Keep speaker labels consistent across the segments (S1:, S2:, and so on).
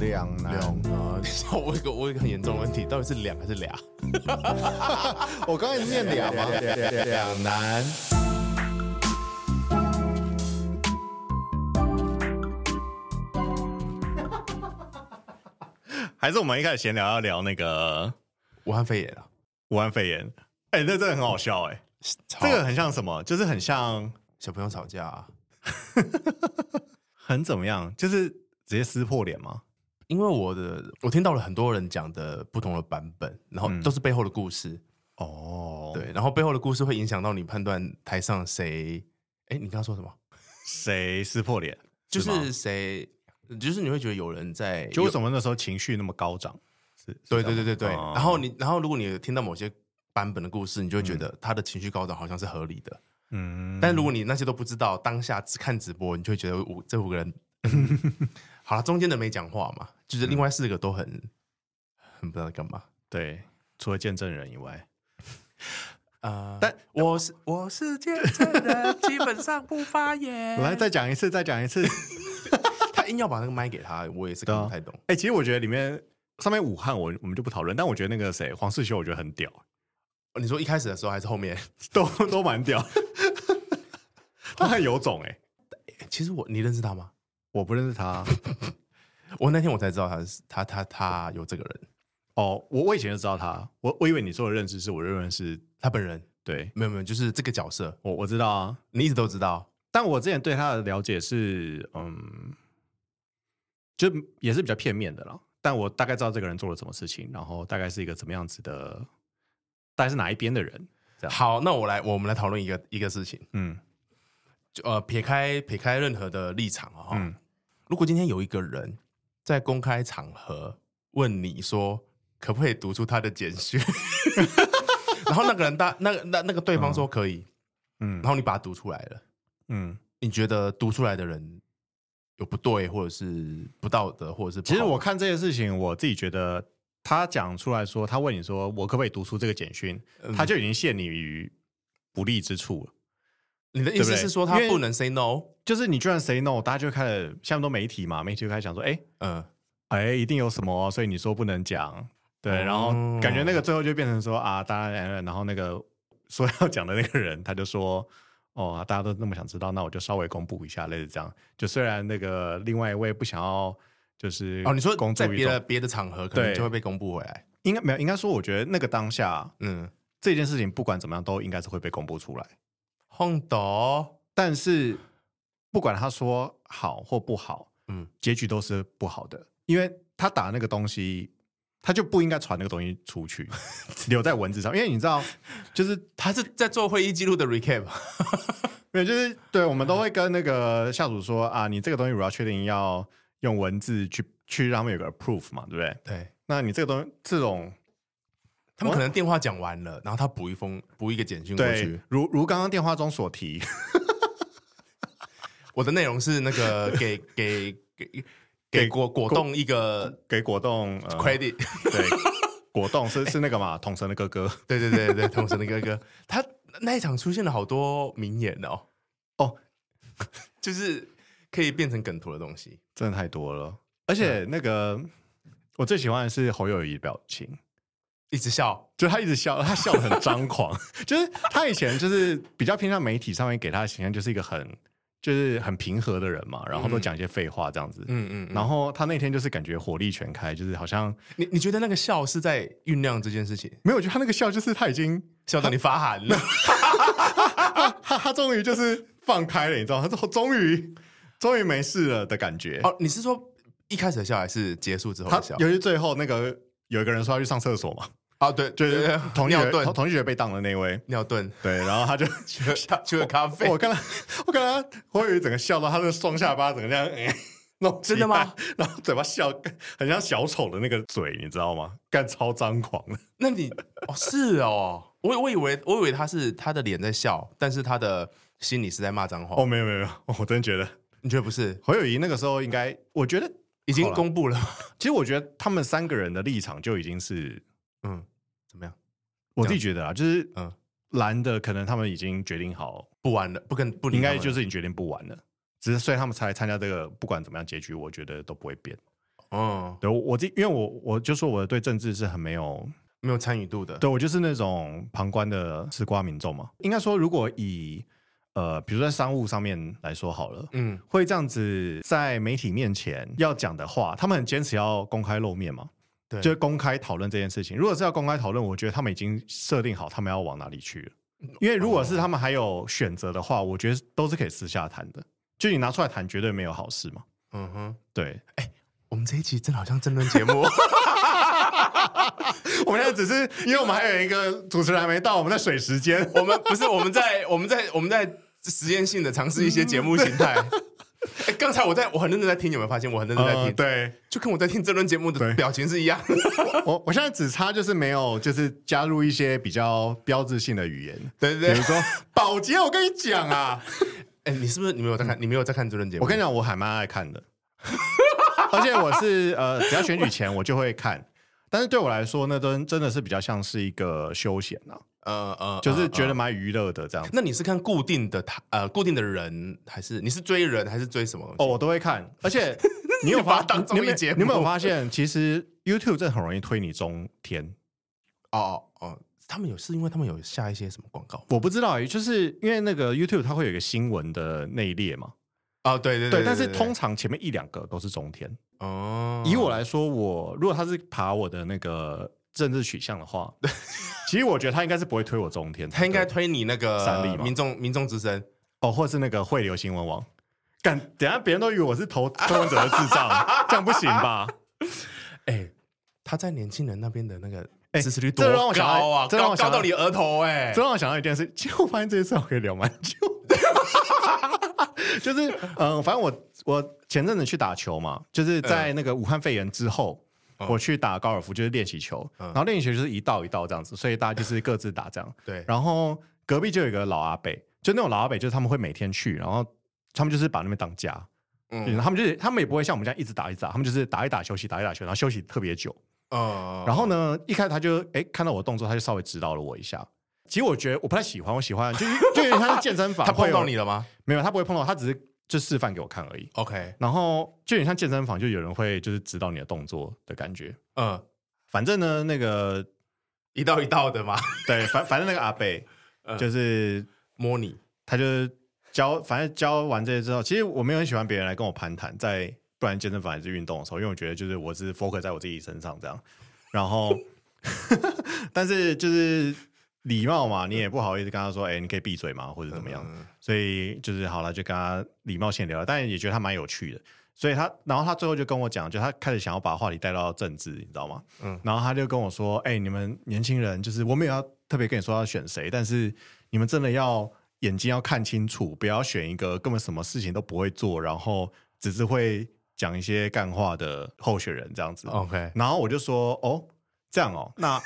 S1: 两难。
S2: 两 啊！等一下，我有一个我有一个很严重的问题，到底是两还是俩？
S1: 我刚才是念两吗？
S2: 两难。
S3: 还是我们一开始闲聊要聊那个
S2: 武汉肺炎啊，
S3: 武汉肺炎？哎、那真的很好笑哎、
S2: 这
S3: 这个很像什么？就是很像
S2: 小朋友吵架、啊，
S3: 很怎么样？就是直接撕破脸吗？
S2: 因为我的我听到了很多人讲的不同的版本，然后
S3: 嗯
S2: 都是背后的故事，
S3: 哦，，
S2: 对，然后背后的故事会影响到你判断台上谁，哎，你刚刚说什么？
S3: 谁撕破脸？
S2: 就是
S3: 吗
S2: 是谁，就是你会觉得有人在，
S3: 就为
S2: 么？
S3: 什么那时候情绪那么高涨？是，是这
S2: 对对
S3: 样吗
S2: 对对对。
S3: 哦
S2: 然后你，然后如果你有听到某些版本的故事，你就会觉得他的情绪高涨好像是合理的。
S3: 嗯
S2: 但如果你那些都不知道，当下只看直播，你就会觉得五这五个 人，好了，中间的没讲话嘛，就是另外四个都很、很不知道在干嘛。
S3: 对，除了见证人以外，
S2: 啊！
S3: 但
S2: 我是我是见证人，基本上不发 言。
S3: 来再讲一次，再讲一次。
S2: 他硬要把那个麦给他，我也是看不太懂。
S3: 哎、其实我觉得里面上面武汉我我们就不讨论，但我觉得那个谁黄世修，我觉得很屌，
S2: 哦你说一开始的时候还是后面？
S3: 都都蛮屌， 他很有种哎、
S2: 其实我你认识他吗？
S3: 我不认识他
S2: 我那天我才知道他是他他他有这个人，
S3: 哦，我我以前就知道他，我我以为你说的认识是我认识，
S2: 他本人
S3: 对
S2: 没有没有，就是这个角色，
S3: 我我知道啊，
S2: 你一直都知道。
S3: 但我之前对他的了解是，嗯，就也是比较片面的啦。但我大概知道这个人做了什么事情，然后大概是一个怎么样子的，大概是哪一边的人。
S2: 好，那我来我们来讨论一个一个事情，
S3: 嗯
S2: 就呃撇开撇开任何的立场啊、哦
S3: 嗯，
S2: 如果今天有一个人在公开场合问你说可不可以读出他的简讯， 然后那个人大那那那个对方说可以，
S3: 嗯
S2: 然后你把它读出来了，
S3: 嗯，
S2: 你觉得读出来的人有不对或者是不道德或者是不
S3: 其实
S2: 好
S3: 我看这件事情，我自己觉得他讲出来说，他问你说我可不可以读出这个简讯，
S2: 嗯
S3: 他就已经陷你于不利之处了。
S2: 你的意
S3: 对
S2: 思
S3: 不对
S2: 是说他
S3: 因为
S2: 不能 say no？
S3: 就是你居然 say no，大家就开始，现在都媒体嘛，媒体就开始想说，哎、
S2: 嗯，
S3: 哎，一定有什么，所以你说不能讲，对，然后
S2: 哦
S3: 感觉那个最后就变成说啊，当然，然后那个说要讲的那个人他就说，哦，大家都那么想知道，那我就稍微公布一下，类似这样。就虽然那个另外一位不想要，就是
S2: 哦，你说
S3: 公诸
S2: 在
S3: 于
S2: 别的
S3: 众
S2: 别的场合可能
S3: 对
S2: 就会被公布回来，
S3: 应该没有，应该说我觉得那个当下
S2: 嗯，
S3: 这件事情不管怎么样都应该是会被公布出来，
S2: 轰斗，
S3: 但是不管他说好或不好，
S2: 嗯，
S3: 结局都是不好的，因为他打那个东西，他就不应该传那个东西出去，留在文字上，因为你知道，就是
S2: 他是在做会议记录的 recap，
S3: 没有，就是对，我们都会跟那个下属说啊，你这个东西如果要确定要用文字去去让他们有个 proof 嘛，对不对？
S2: 对
S3: 那你这个东这种
S2: 他们可能电话讲完了，然后他补一封补一个简讯过
S3: 对
S2: 去，，
S3: 如如刚刚电话中所提，
S2: 我的内容是那个给给给给果果冻一个
S3: 给果冻、呃、
S2: credit，
S3: 对，果冻是是那个嘛， 统神的哥哥
S2: 对对对对，同神的哥哥，他那一场出现了好多名言哦，
S3: 哦，
S2: 就是可以变成梗图的东西，
S3: 真的太多了，而
S2: 嗯
S3: 且那个、我最喜欢的是侯友谊的表情。
S2: 一直笑，
S3: 就他一直笑，他笑得很张狂。 就是他以前就是比较偏向媒体上面给他的形象，就是一个很就是很平和的人嘛，然后都讲一些废话这样子。
S2: 嗯嗯嗯，
S3: 然后他那天就是感觉火力全开，就是好像
S2: 你你觉得那个笑是在酝酿这件事情，
S3: 没有，我觉得他那个笑就是他已经
S2: 笑到你发寒了？
S3: 他他终于就是放开了，你知道吗，他说终于终于没事了的感觉。
S2: 哦，你是说一开始的笑还是结束之后
S3: 他
S2: 的笑？
S3: 尤其最后那个有一个人说要去上厕所嘛，
S2: 啊，对，
S3: 就
S2: 对对
S3: 是
S2: 对，
S3: 同
S2: 尿
S3: 学
S2: 遁
S3: 同，同学被当的那位，
S2: 尿遁，
S3: 对，然后他就
S2: 去喝去喝咖啡
S3: 我。看到，我看到他，我有一整个笑到他的双下巴整个这样，哎、弄起来
S2: 真的吗？
S3: 然后嘴巴笑，很像小丑的那个嘴，你知道吗？干超张狂的，
S2: 那你哦是哦，我我以为我以为他是他的脸在笑，但是他的心里是在骂脏话。
S3: 哦，没有没有没有，我真的觉得
S2: 你觉得不是？
S3: 侯友谊那个时候应该，我觉得
S2: 已
S3: 好
S2: 经
S3: 啦
S2: 公布了，
S3: 其实我觉得他们三个人的立场就已经是
S2: 嗯，怎么样？
S3: 我自己觉得啊，就是嗯
S2: 嗯，
S3: 蓝的可能他们已经决定好，
S2: 不玩了，不跟不理
S3: 应
S2: 他们
S3: 该
S2: 了，
S3: 就是已经决定不玩了。只是所以他们才来参加这个，不管怎么样结局，我觉得都不会变。
S2: 嗯，
S3: 对我我自己因为我我就说我对政治是很没有
S2: 没有参与度的，
S3: 对我就是那种旁观的吃瓜民众嘛。应该说，如果以呃，比如说在商务上面来说好了，
S2: 嗯
S3: 会这样子在媒体面前要讲的话，他们很坚持要公开露面嘛，
S2: 对
S3: 就是公开讨论这件事情。如果是要公开讨论，我觉得他们已经设定好他们要往哪里去了。因为如果是他们还有选择的话，我觉得都是可以私下谈的。就你拿出来谈，绝对没有好事嘛。
S2: 嗯哼，
S3: 对，
S2: 我们这一期真的好像争论节目，
S3: 我们现在只是因为我们还有一个主持人还没到，我们在水时间。
S2: 我们不是我们在我们在我们在实验性的尝试一些节目形态。哎，刚才我在我很认真在听，有没有发现我很认真在
S3: 嗯呃
S2: 听？
S3: 对，
S2: 就跟我在听争论节目的
S3: 对
S2: 表情是一样。
S3: 我我现在只差就是没有，就是加入一些比较标志性的语言，
S2: 对
S3: 比
S2: 对
S3: 如
S2: 对，
S3: 说 保洁，我跟你讲啊，
S2: 哎，你是不是你没有在看？你没有在看争论节目？
S3: 我跟你讲，我还蛮爱看的，而且我是呃，只要选举前我就会看。但是对我来说，那都真的是比较像是一个休闲啊，
S2: 呃呃，
S3: 就是
S2: 呃
S3: 觉
S2: 呃
S3: 得蛮娱乐的这样子。
S2: 那你是看固定的他呃固定的人，还是你是追人还是追什么？
S3: 哦，，我都会看，而 且你有
S2: 嗯把
S3: 发
S2: 它当
S3: 你
S2: 综
S3: 有没
S2: 艺
S3: 有
S2: 节目
S3: 你有没有发现，其实 YouTube 真的很容易推你中天。
S2: 哦哦哦，他们有是因为他们有下一些什么广告吗？
S3: 我不知道欸，就是因为那个 YouTube 它会有一个新闻的内列嘛，
S2: 哦，对对
S3: 对，但是通常前面一两个都是中天。
S2: 哦，
S3: 以我来说，我如果他是爬我的那个政治取向的 话，其实我觉得他应该是不会推我中天，
S2: 他应该
S3: 对
S2: 推你那个
S3: 三立嘛
S2: 民众民众之声，
S3: 哦，或是那个汇流新闻网。干，等一下别人都以为我是投柯文哲的智障，这样不行吧？
S2: 哎，他在年轻人那边的那个
S3: 哎
S2: 支持率多
S3: 这让我想到
S2: 高啊，
S3: 这让
S2: 高
S3: 我想
S2: 高
S3: 到
S2: 到你额头哎，
S3: 这让我想到一件事，其实我发现这件事我可以聊蛮久的， 就是嗯，反正我我前阵子去打球嘛，就是在那个武汉肺炎之后。
S2: 嗯
S3: 我去打高尔夫就是练习球，
S2: 嗯
S3: 然后练习球就是一道一道这样子，所以大家就是各自打这样。
S2: 对，
S3: 然后隔壁就有一个老阿伯，就那种老阿伯，就是他们会每天去，然后他们就是把那边当家，嗯、
S2: 嗯
S3: 他们就是他们也不会像我们这样一直打一直打，他们就是打一打休息，打一打休息，然后休息特别久。
S2: 哦
S3: 然后呢，一开始他就哎看到我的动作，他就稍微指导了我一下。其实我觉得我不太喜欢，我喜欢就就有点像是健身房，
S2: 他碰
S3: 会有
S2: 到你了吗
S3: 没有？他不会碰到我，他只是就示范给我看而已。
S2: ？OK，
S3: 然后就有点像健身房，就有人会就是指导你的动作的感觉。
S2: 嗯，
S3: 反正呢，那个
S2: 一道一道的嘛，
S3: 对，反反正那个阿贝
S2: 嗯
S3: 就是
S2: 摸你，
S3: 他就是教，反正教完这些之后，其实我没有很喜欢别人来跟我攀谈，在不然健身房还是运动的时候，因为我觉得就是我是 focus 在我自己身上这样，然后， 但是就是礼貌嘛，你也不好意思跟他说，哎、你可以闭嘴吗，或者怎么样，
S2: 嗯
S3: 所以就是好了，就跟他礼貌性聊，但也觉得他蛮有趣的。所以他，然后他最后就跟我讲，就他开始想要把话题带到政治，你知道吗？
S2: 嗯
S3: 嗯，然后他就跟我说：“哎、你们年轻人，就是我没有要特别跟你说要选谁，但是你们真的要眼睛要看清楚，不要选一个根本什么事情都不会做，然后只是会讲一些干话的候选人这样子。
S2: OK，
S3: 然后我就说：“哦，这样哦，那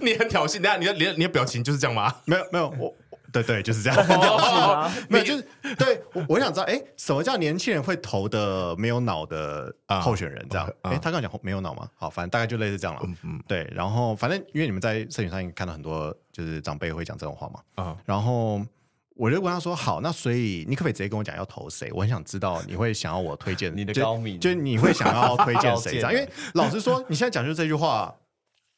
S2: 你很挑衅，等一下你的你的你的表情就是这样吗？
S3: 没有没有，我我对对，就是
S2: 哦
S3: 这样。 没有，就是对我我想知道，哎，什么叫年轻人会投的没有脑的
S2: 啊
S3: 候选人？这样，
S2: 啊
S3: 哎，他刚刚讲没有脑吗？好，反正大概就类似这样了
S2: 嗯。嗯
S3: 对，然后反正因为你们在社群上应该看到很多就是长辈会讲这种话嘛，
S2: 啊
S3: 然后我就问他说：“好，那所以你可不可以直接跟我讲要投谁？我很想知道你会想要我推荐
S4: 你的
S3: 就
S4: 高明
S3: 就你会想要推荐 谁？这样，
S4: 高见啊
S3: 因为老实说，你现在讲出这句话，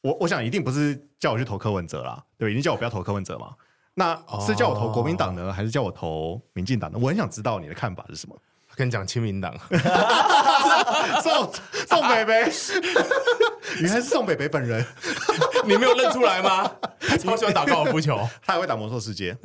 S3: 我我想一定不是叫我去投柯文哲啦，对，一定叫我不要投柯文哲嘛。那是叫我投国民党
S4: 哦
S3: 呢，还是叫我投民进党呢？我很想知道你的看法是什 么。
S2: 跟你讲，亲民党，
S3: 宋宋北北， 原来是宋北北本人，
S2: 你没有认出来 吗？他超喜欢打高尔夫 球啊、
S3: 他还会打魔兽世界。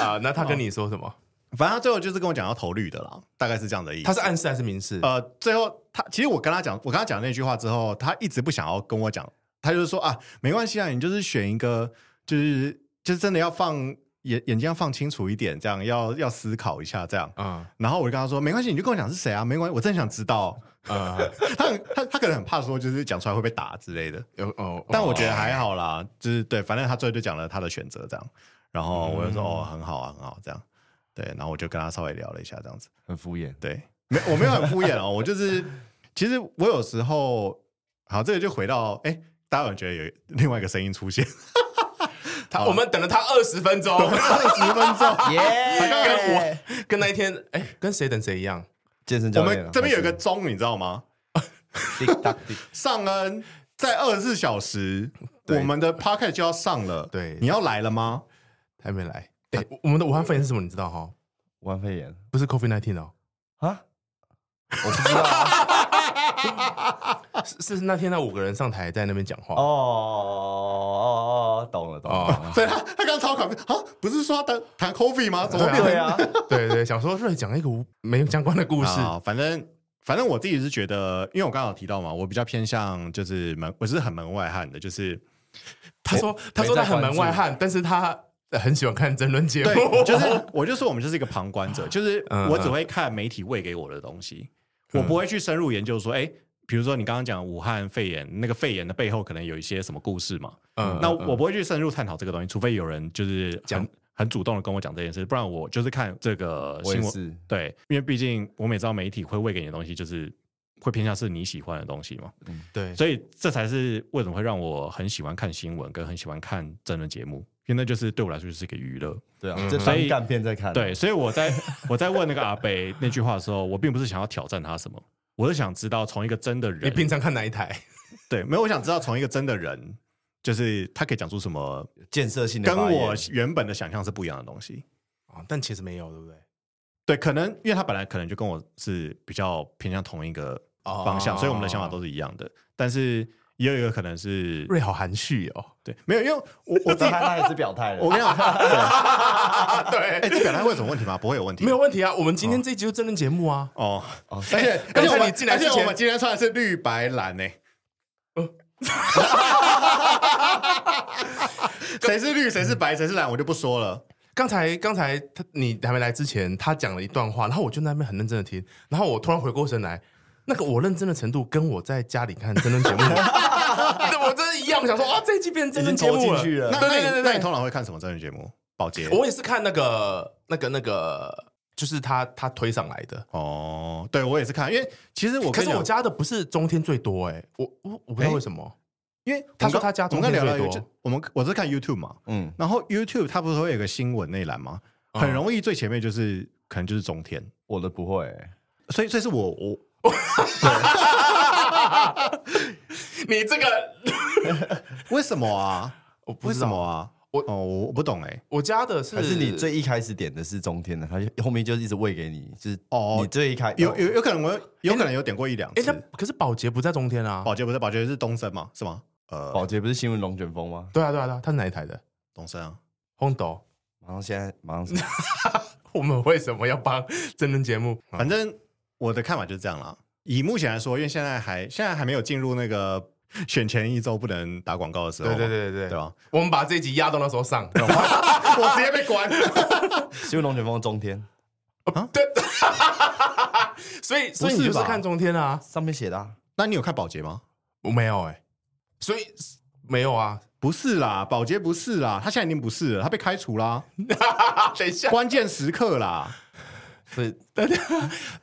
S2: 啊那他跟你说什么？
S3: 反正他最后就是跟我讲要投绿的啦，大概是这样的意思。
S2: 哦他是暗示还是明示？
S3: 呃，最后他其实我跟他讲，我跟他讲那句话之后，他一直不想要跟我讲，他就是说啊，没关系啊，你就是选一个，就是就是真的要放眼眼睛要放清楚一点，这样要要思考一下这样。
S2: 啊
S3: 然后我就跟他说，没关系，你就跟我讲是谁啊，没关系，我真的想知道。
S2: 啊，
S3: 他很他他可能很怕说，就是讲出来会被打之类的，
S2: 有哦，
S3: 但我觉得还好啦，就是对，反正他最后就讲了他的选择这样，然后我就说、哦，很好啊，很好这样，对，然后我就跟他稍微聊了一下这样子。
S4: 很敷衍。
S3: 对，没我没有很敷衍哦，我就是其实我有时候好，这个就回到哎，大家有觉得有另外一个声音出现，
S2: 他我们等了他二十分钟，
S3: 二十分钟，
S4: 耶！
S2: 跟我跟那一天哎，跟谁等谁一样？
S4: 健身
S3: 我
S4: 教练啊，
S3: 们这边有一个
S4: 还是
S3: 钟，你知道吗？
S4: 滴答滴，
S3: 上恩在二十四小时，
S2: 对
S3: 我们的 p o c k e t 就要上了。
S2: 对
S3: 你要来了吗？
S2: 还没来。哎，我们的武汉肺炎是什么？你知道哈？
S4: 武汉肺炎
S2: 不是 COVID nineteen 哦，
S4: 啊，我不知道啊
S2: 是是那天那五个人上台在那边讲
S4: 哦
S2: 话
S4: 哦哦哦，懂了懂了。懂了
S3: 所以他他刚超考啊，不是说他谈 coffee 吗？怎么变
S4: 对
S3: 成
S4: 啊，
S2: 对对，想说瑞讲一个无没有相关的故事，
S3: 啊，反正反正我自己是觉得，因为我刚好有提到嘛，我比较偏向就是门，我是很门外汉的，就是
S2: 他说他说他很门外汉，但是他呃很喜欢看争论节目，
S3: 对，就是我就说我们就是一个旁观者，就是
S2: 嗯
S3: 我只会看媒体喂给我的东西，我不会去深入研究说，哎。比如说你刚刚讲武汉肺炎，那个肺炎的背后可能有一些什么故事嘛？
S2: 嗯
S3: 那我不会去深入探讨这个东西，除非有人就是讲很主动的跟我讲这件事，不然我就是看这个
S4: 我
S3: 新
S4: 也
S3: 闻。
S4: 是，
S3: 对，因为毕竟我们也知道媒体会喂给你的东西，就是会偏向是你喜欢的东西嘛，
S2: 对
S3: 所以这才是为什么会让我很喜欢看新闻，跟很喜欢看真人节目，因为那就是对我来说就是一个娱乐。
S4: 对啊
S2: 嗯，
S4: 这
S3: 所
S4: 当
S3: 以
S4: 干片在看，
S3: 对，，所以我在我在问那个阿北那句话的时候，我并不是想要挑战他什么，我是想知道从一个真的
S2: 你
S3: 人，
S2: 平常看哪一台？
S3: 对，没有，我想知道从一个真的人，就是他可以讲出什么
S4: 建设性的
S3: 跟
S4: 发言
S3: 我原本的想象是不一样的东西。
S2: 啊，但其实没有，对不对？
S3: 对，可能因为他本来可能就跟我是比较偏向同一个方向，
S2: 哦
S3: 所以我们的想法都是一样的。但是也有一个可能是，
S2: 瑞好含蓄哦，
S3: 对，没有，因为我我
S4: 我
S3: 自
S4: 这
S3: 己
S4: 他，他也是表态了，
S3: 我跟你讲，对
S2: 对
S3: 哎，这表达会有什么问题吗？不会有问题，
S2: 没有问题啊。我们今天这一集就争论节目啊，
S3: 哦。
S4: 哦
S3: 而且而
S2: 刚
S3: 且
S2: 才
S3: 我们
S2: 你进来
S3: 而且
S2: 之前哦
S3: 我们今天穿的是绿白蓝呢、欸。 谁是绿，谁是白，谁是蓝，我就不说了。
S2: 刚才刚才他你还没来之前，他讲了一段话，然后我就在那边很认真的听，然后我突然回过神来，那个我认真的程度跟我在家里看真人节目，对我真的一样。我想说，哇，这一季变真人节
S4: 已经
S2: 目
S4: 投进去了
S3: 那
S2: 对
S3: 那
S2: 对
S3: 你
S2: 对
S3: 那
S2: 对
S3: 你
S2: 对，
S3: 通常会看什么真人节目？保洁
S2: 我也是看那个那个那个，就是他他推上来的。
S3: 哦，对我也是看，因为其实我
S2: 可
S3: 跟
S2: 是
S3: 你讲
S2: 我家的不是中天最多哎、我我我不知道为什么，
S3: 因为
S2: 他说
S3: 我们
S2: 他家
S3: 我们刚
S2: 中间
S3: 聊到
S2: 最
S3: YouTube，
S2: 多
S3: 我们我是看 YouTube 嘛，
S4: 嗯，
S3: 然后 YouTube 它不是会有一个新闻内栏吗？很
S2: 嗯
S3: 容易最前面就是可能就是中天，
S4: 我的不会，
S3: 所以这是我我
S2: 你这个
S3: 为什么啊？
S2: 我不
S3: 为
S2: 知
S3: 什
S2: 道
S3: 么啊？
S2: 我
S3: 哦我我不懂哎、
S2: 我家的是
S4: 还是你最一开始点的是中天的，他就后面就一直喂给你，就是
S3: 哦
S4: 你最一开
S3: 有有有可能我有有可能有点过一两
S2: 哎、
S3: 次。
S2: 那可是宝洁不在中天啊？
S3: 保洁不是保洁是东升嘛？是吗？呃，
S4: 保洁不是新闻龙卷风吗？
S2: 对啊对啊对啊，他是哪一台的？
S3: 东升啊，
S2: 红豆。
S4: 马上现在马上什么
S2: 我们为什么要帮真人节目？
S3: 反正我的看法就是这样啦。以目前来说，因为现在还现在还没有进入那个 选前一周不能打广告的时候，
S2: 对对，对对
S3: 对啊
S2: 对，
S3: 吧？
S2: 我们把这一集压到那时候上。
S3: 我直接被关。
S4: 新闻龙卷风中天
S2: 所以所以你就是看中天啊？
S4: 上面写的啊，
S3: 那你有看保洁吗？
S2: 我没有哎、所以没有啊。
S3: 不是啦，保洁不是啦，他现在已经不是了，他被开除 啦，
S2: 啊等一下，
S3: 关键时刻 啦。
S4: 所以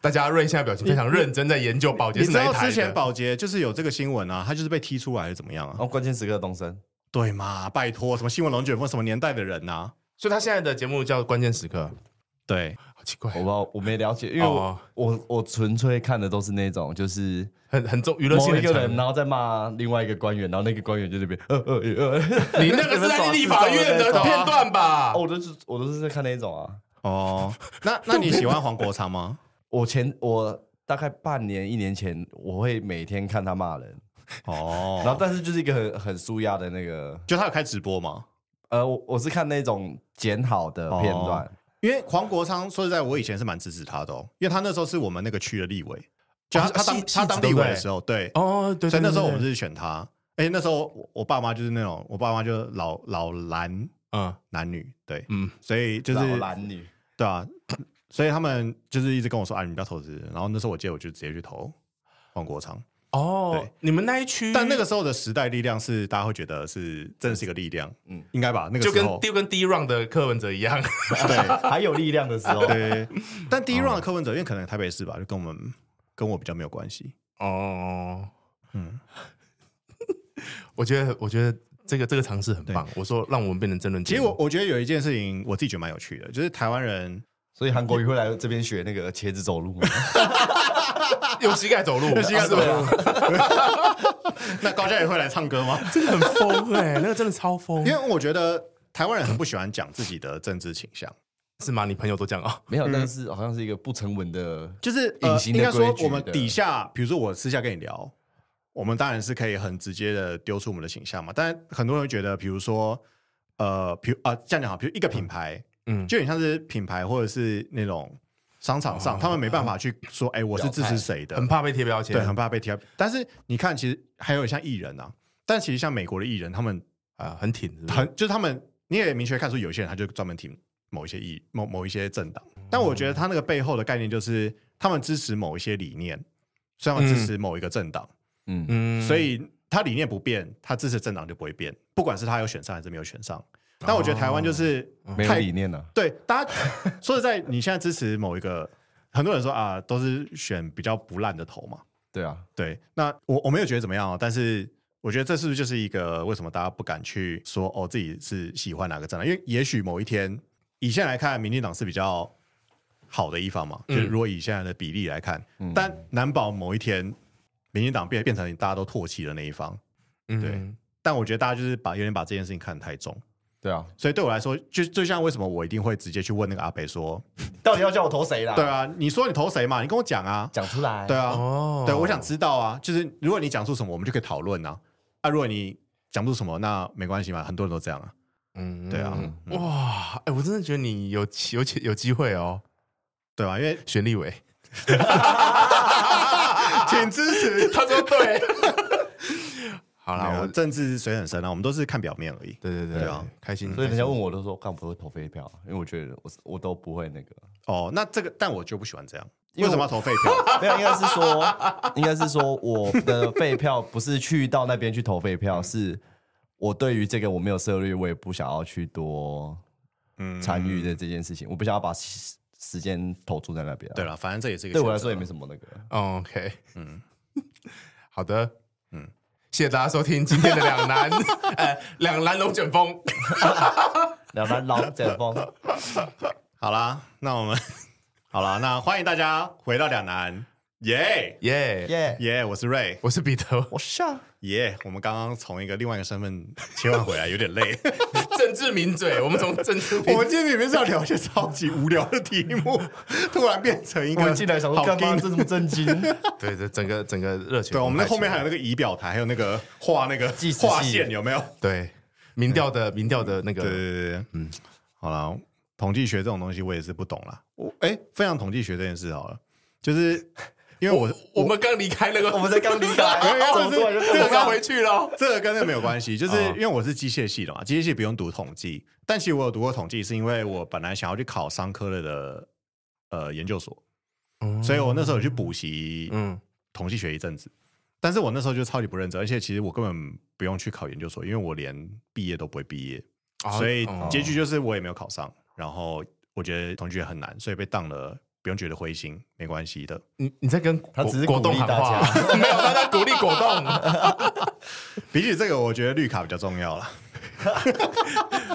S2: 大家瑞现在表情非常认真，在研究保洁
S3: 你
S2: 是
S3: 知
S2: 哪一
S3: 道
S2: 台
S3: 之前
S2: 的。
S3: 保洁就是有这个新闻啊，他就是被踢出来还是怎么样啊
S2: 哦
S4: 然？后关键时刻东升，
S3: 对嘛，拜托，什么新闻龙卷风，什么年代的人呐、啊？
S2: 所以他现在的节目叫《关键时刻
S3: 对，》，
S2: 好奇怪
S4: 我不，知道我没了解，因为我
S2: 哦
S4: 我我纯粹看的都是那种就是
S2: 很很重娱乐性
S4: 某
S2: 的
S4: 一个人，
S2: 成
S4: 然后再骂另外一个官员，然后那个官员就在那边呃呃呃，
S2: 你 那个是在立法院的片段吧
S4: 啊哦，？我都是我都是在看那种啊。
S3: 哦，那 那你喜欢黄国昌吗？
S4: 我前我大概半年一年前，我会每天看他骂人，
S3: 哦，
S4: 然后但是就是一个很很舒压的那个，
S3: 就他有开直播吗？
S4: 呃，我我是看那种剪好的片段，
S3: 因为黄国昌说实在，我以前是蛮支持他的哦，因为他那时候是我们那个区的立委，就他、
S2: 哦
S3: 他
S2: 戏
S3: 当
S2: 戏
S3: 他当
S2: 子对
S3: 立
S2: 不
S3: 委
S2: 对
S3: 的时候，对，
S2: 哦，对，对
S3: 所以那时候
S2: 对
S3: 我们
S2: 对
S3: 是选他，而且那时候我我爸妈就是那种，我爸妈就老老蓝
S2: 嗯
S3: 男女，对，
S2: 嗯，
S3: 所以就
S4: 就是是男女，
S3: 对啊，所以他们就是一直跟我说啊，你不要投资，然后那时候我记得我就直接去投黄国昌，
S2: 哦
S3: 对，
S2: 你们那一区，
S3: 但那个时候的时代力量是大家会觉得是真的是一个力量，嗯
S4: 嗯，
S3: 应该吧？那个
S2: 就
S3: 时
S2: 跟
S3: 候
S2: 就跟第一 round 的柯文哲一样，
S4: 还有力量的时候，
S3: 对，但
S4: 哦
S3: 第一 round 的柯文哲，因为可能台北市吧，就跟我们跟我比较没有关系。
S2: 哦，嗯
S3: 嗯，
S2: 我觉得，我觉得这个这个尝试很棒。我说，让我们变成争论节
S3: 其
S2: 目。
S3: 实我我觉得有一件事情，我自己觉得蛮有趣的，就是台湾人
S4: 所以韩国瑜会来这边学那个茄子走路吗，
S2: 用膝盖走路，用膝盖走 路，
S3: 啊 那高嘉也会来唱歌吗？
S2: 这个很疯哎，那个真的超疯
S3: 因，为我觉得台湾人很不喜欢讲自己的政治倾向，
S2: 是吗？你朋友都这样啊？
S4: 没有，但是好像是一个不成文的，
S3: 就是
S4: 隐
S3: 呃，
S4: 形
S3: 应
S4: 的
S3: 该说
S4: 规矩
S3: 我们
S4: 的
S3: 底下，比如说我私下跟你聊，我们当然是可以很直接的丢出我们的形象嘛。但很多人会觉得，比如说呃，比如啊、这样讲好，比如一个品牌，
S2: 嗯，
S3: 就很像是品牌或者是那种商场
S4: 哦
S3: 上，他们没办法去说，哎、我是支持谁的，
S2: 很怕被贴标签，
S3: 对，很怕被贴。但是你看，其实还有像艺人啊，但其实像美国的艺人，他们
S2: 啊，很挺，
S4: 嗯
S2: 是不是
S3: 很就是他们，你也明确看出有些人他就专门挺某一些艺某某一些政党，但我觉
S4: 嗯
S3: 得他那个背后的概念就是他们支持某一些理念，虽然支持某一个政党，
S4: 嗯，
S2: 嗯
S3: 所以他理念不变，他支持的政党就不会变，不管是他有选上还是没有选上。但我觉得台湾就是
S4: 哦没有
S3: 太
S4: 理念呢、啊
S3: 对，大家说实在，你现在支持某一个，很多人说啊，都是选比较不烂的头嘛。
S4: 对啊，
S3: 对，那我我没有觉得怎么样、哦，但是我觉得这是不是就是一个为什么大家不敢去说哦自己是喜欢哪个政党？因为也许某一天，以现在来看，民进党是比较好的一方嘛，就是如果以现在的比例来看，
S4: 嗯
S3: 但难保某一天民进党变变成大家都唾弃的那一方。对
S2: 嗯，
S3: 但我觉得大家就是把有点把这件事情看得太重，
S4: 对啊，
S3: 所以对我来说，就就像为什么我一定会直接去问那个阿北说，
S4: 到底要叫我投谁啦
S3: 对，啊，你说你投谁嘛？你跟我讲啊，
S4: 讲出来，
S3: 对啊，
S2: 哦
S3: 对，我想知道啊，就是如果你讲出什么，我们就可以讨论啊。啊，如果你讲不出什么，那没关系嘛，很多人都这样啊。
S2: 嗯
S3: 对啊，
S2: 哇，哎，我真的觉得你有机有机有机会哦，
S3: 对啊吧、因 为
S2: 选立委，
S3: 请支持。
S2: 他说对， 好
S3: 没
S2: 啦，
S3: 有
S2: 我
S3: 政治水很深啊，我们都是看表面而已。
S2: 对对对
S3: 对啊，
S2: 开心，
S4: 所以人
S2: 开
S4: 家
S2: 心
S4: 问我都说，干我不会投废票，因为我觉得我我都不会那个，
S3: 哦，那这个，但我就不喜欢这样。
S4: 因
S3: 为
S4: 为
S3: 什么要投废票？
S4: 没有，应该是说，应该是说我的废票不是去到那边去投废票，是我对于这个我没有涉猎，我也不想要去多
S3: 嗯，
S4: 参与的这件事情，我不想要把时时间投注在那边、啊。
S3: 对，了，反正这也是一个
S4: 对我
S3: 选
S4: 来
S3: 择
S4: 说也
S3: 啊
S4: 没什么那个。
S2: 哦 OK，
S3: 嗯
S2: 嗯， 好的，
S3: 嗯
S2: 嗯，谢谢大家收听今天的两难， 呃，两难龙卷风，
S4: 两难老解风，
S3: 好啦，那我们 好啦，那欢迎大家回到两难，耶
S2: 耶
S4: 耶、
S3: 耶！我是瑞，
S2: 我是 彼得，
S4: 我上
S3: 耶、我们刚刚从一个另外一个身份切换回来，有点累。
S2: 政治名嘴，我们从政治 名
S3: 我们今天明明是要聊一些超级无聊的题目，突然变成一个
S4: 我们进来想说
S3: 好
S4: 干嘛？
S3: 硬
S4: 这么震 惊？
S2: 对对，整个整个热情，
S3: 对，我们那后面还有那个仪表台，还有那个画那个
S4: 计时器
S3: 画线，有没有？
S2: 对民调的民调的那
S3: 对对
S2: 个，
S3: 对对，嗯，好了，统计学这种东西我也是不懂啦。我哎，分享统计学这件事好了，就是因为我
S2: 我们刚离开那个，
S4: 我们才刚离开，
S3: 没有
S4: 怎么突然
S2: 我
S4: 就这
S2: 们要
S4: 样？
S2: 回去了，
S3: 这个跟那没有关系，就是
S2: 哦
S3: 因为我是机械系的嘛，机械系不用读统计，但其实我有读过统计，是因为我本来想要去考商科类的呃研究所， 所以我那时候有去补习，
S2: 嗯
S3: 统计学一阵子，但是我那时候就超级不认真，而且其实我根本不用去考研究所，因为我连毕业都不会毕业，
S2: 啊
S3: 所以
S2: 哦
S3: 结局就是我也没有考上。然后我觉得同学很难，所以被当了，不用觉得灰心，没关系的。
S2: 你你在跟
S4: 他
S2: 果
S4: 只是
S2: 果
S4: 鼓
S2: 冻
S4: 励
S2: 喊
S4: 大
S2: 话，
S4: 家，
S2: 没有他在鼓励果冻，
S3: 比起这个，我觉得绿卡比较重要了。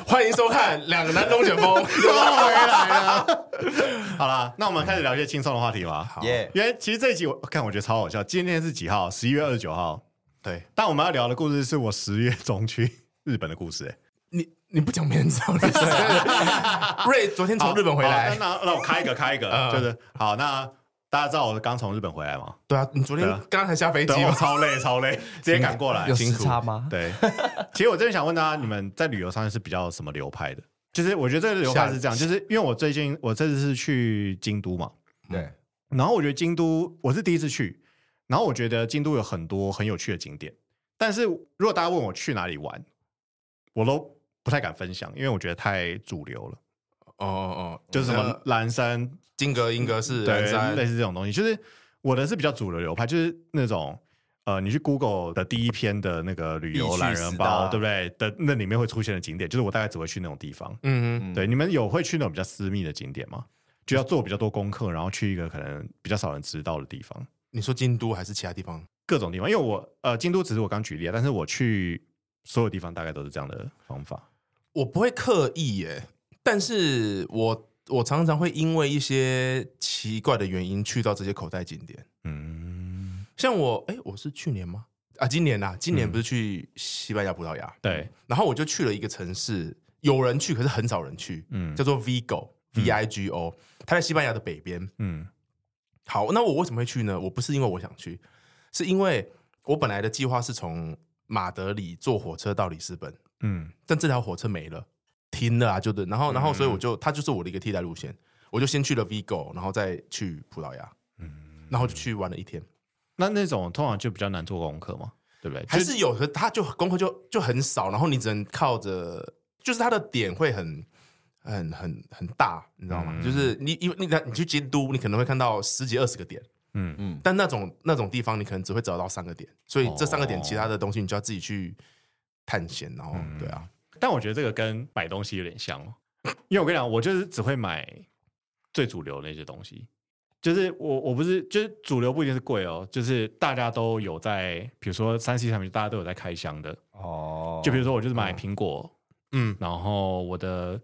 S2: 欢迎收看《两男龙卷风》，
S3: 又回来了， 好啦，那我们开始聊一些轻松的话题吧。
S4: 耶！
S3: 因为其实这一集我看我觉得超好笑，今天是几号？十一月二十九号。
S2: 对
S3: 但我们要聊的故事是我十月中去日本的故事、欸。
S2: 你你不讲别人知 道你是瑞昨天 从日本回
S3: 好
S2: 来，
S3: 那那那我开 一个，开一个，
S2: 嗯
S3: 就是好。那大家知道我刚从日本回来吗？
S2: 对啊，你昨天
S3: 对啊
S2: 刚才下飞机
S3: 对，我
S2: 吧？
S3: 超累，超累，直接赶过来
S4: 有。
S2: 辛
S4: 时
S2: 苦
S4: 差吗？
S3: 对， 其实我真的想问大家，你们在旅游上是比较什么流派的？就是我觉得这个流派是这样，就是因为我最近我这次是去京都嘛，
S4: 对，
S3: 然后我觉得京都我是第一次去，然后我觉得京都有很多很有趣的景点，但是如果大家问我去哪里玩，我都不太敢分享，因为我觉得太主流了，
S2: 哦哦哦，
S3: 就是什么
S2: 呃
S3: 岚山、
S2: 金格、英格是
S3: 对
S2: 蓝，
S3: 类
S2: 山，
S3: 似这种东西。就是我的是比较主流流派，就是那种呃，你去 Google 的第一篇的那个旅游懒人包，
S4: 必去十大
S3: 对不对？的那里面会出现的景点，就是我大概只会去那种地方。
S2: 嗯，
S3: 对，你们有会去那种比较私密的景点吗？就要做比较多功课，然后去一个可能比较少人知道的地方，
S2: 你说京都还是其他地方？
S3: 各种地方。因为我呃，京都只是我刚举例啊，但是我去所有地方大概都是这样的方法。
S2: 我不会刻意耶，但是我我常常会因为一些奇怪的原因去到这些口袋景点。
S3: 嗯，
S2: 像我，哎，我是去年吗？啊，今年啊，今年不是去西班牙、葡萄牙，
S3: 对，
S2: 然后我就去了一个城市，有人去，可是很少人去，
S3: 嗯
S2: 叫做 Vigo，V I G O，它在西班牙的北边。
S3: 嗯
S2: 好，那我为什么会去呢？我不是因为我想去，是因为我本来的计划是从马德里坐火车到里斯本，
S3: 嗯
S2: 但这条火车没了，停了啊，就对。然后，然后，
S3: 嗯
S2: 所以我就它就是我的一个替代路线，我就先去了 Vigo，然后再去葡萄牙，
S3: 嗯。
S2: 然后就去玩了一天。
S3: 那那种通常就比较难做功课嘛，对不对？
S2: 还
S3: 就是
S2: 有，可他就功课就就很少，然后你只能靠着，就是他的点会很很很很大，你知道吗？
S3: 嗯
S2: 就是你因为你你去京都，你可能会看到十几二十个点，
S3: 嗯
S4: 嗯
S2: 但那种那种地方你可能只会找到三个点，所以这三个点
S3: 哦嗯
S2: 其他的东西你就要自己去探险，然后、对啊，
S3: 但我觉得这个跟买东西有点像哦， 因为我跟你讲，我就是只会买最主流的那些东西。就是我我不是就是主流不一定是贵哦，就是大家都有在，比如说三 C 产品，大家都有在开箱的。
S4: 哦，
S3: 就比如说我就是买苹果，
S2: 嗯
S3: 然后我的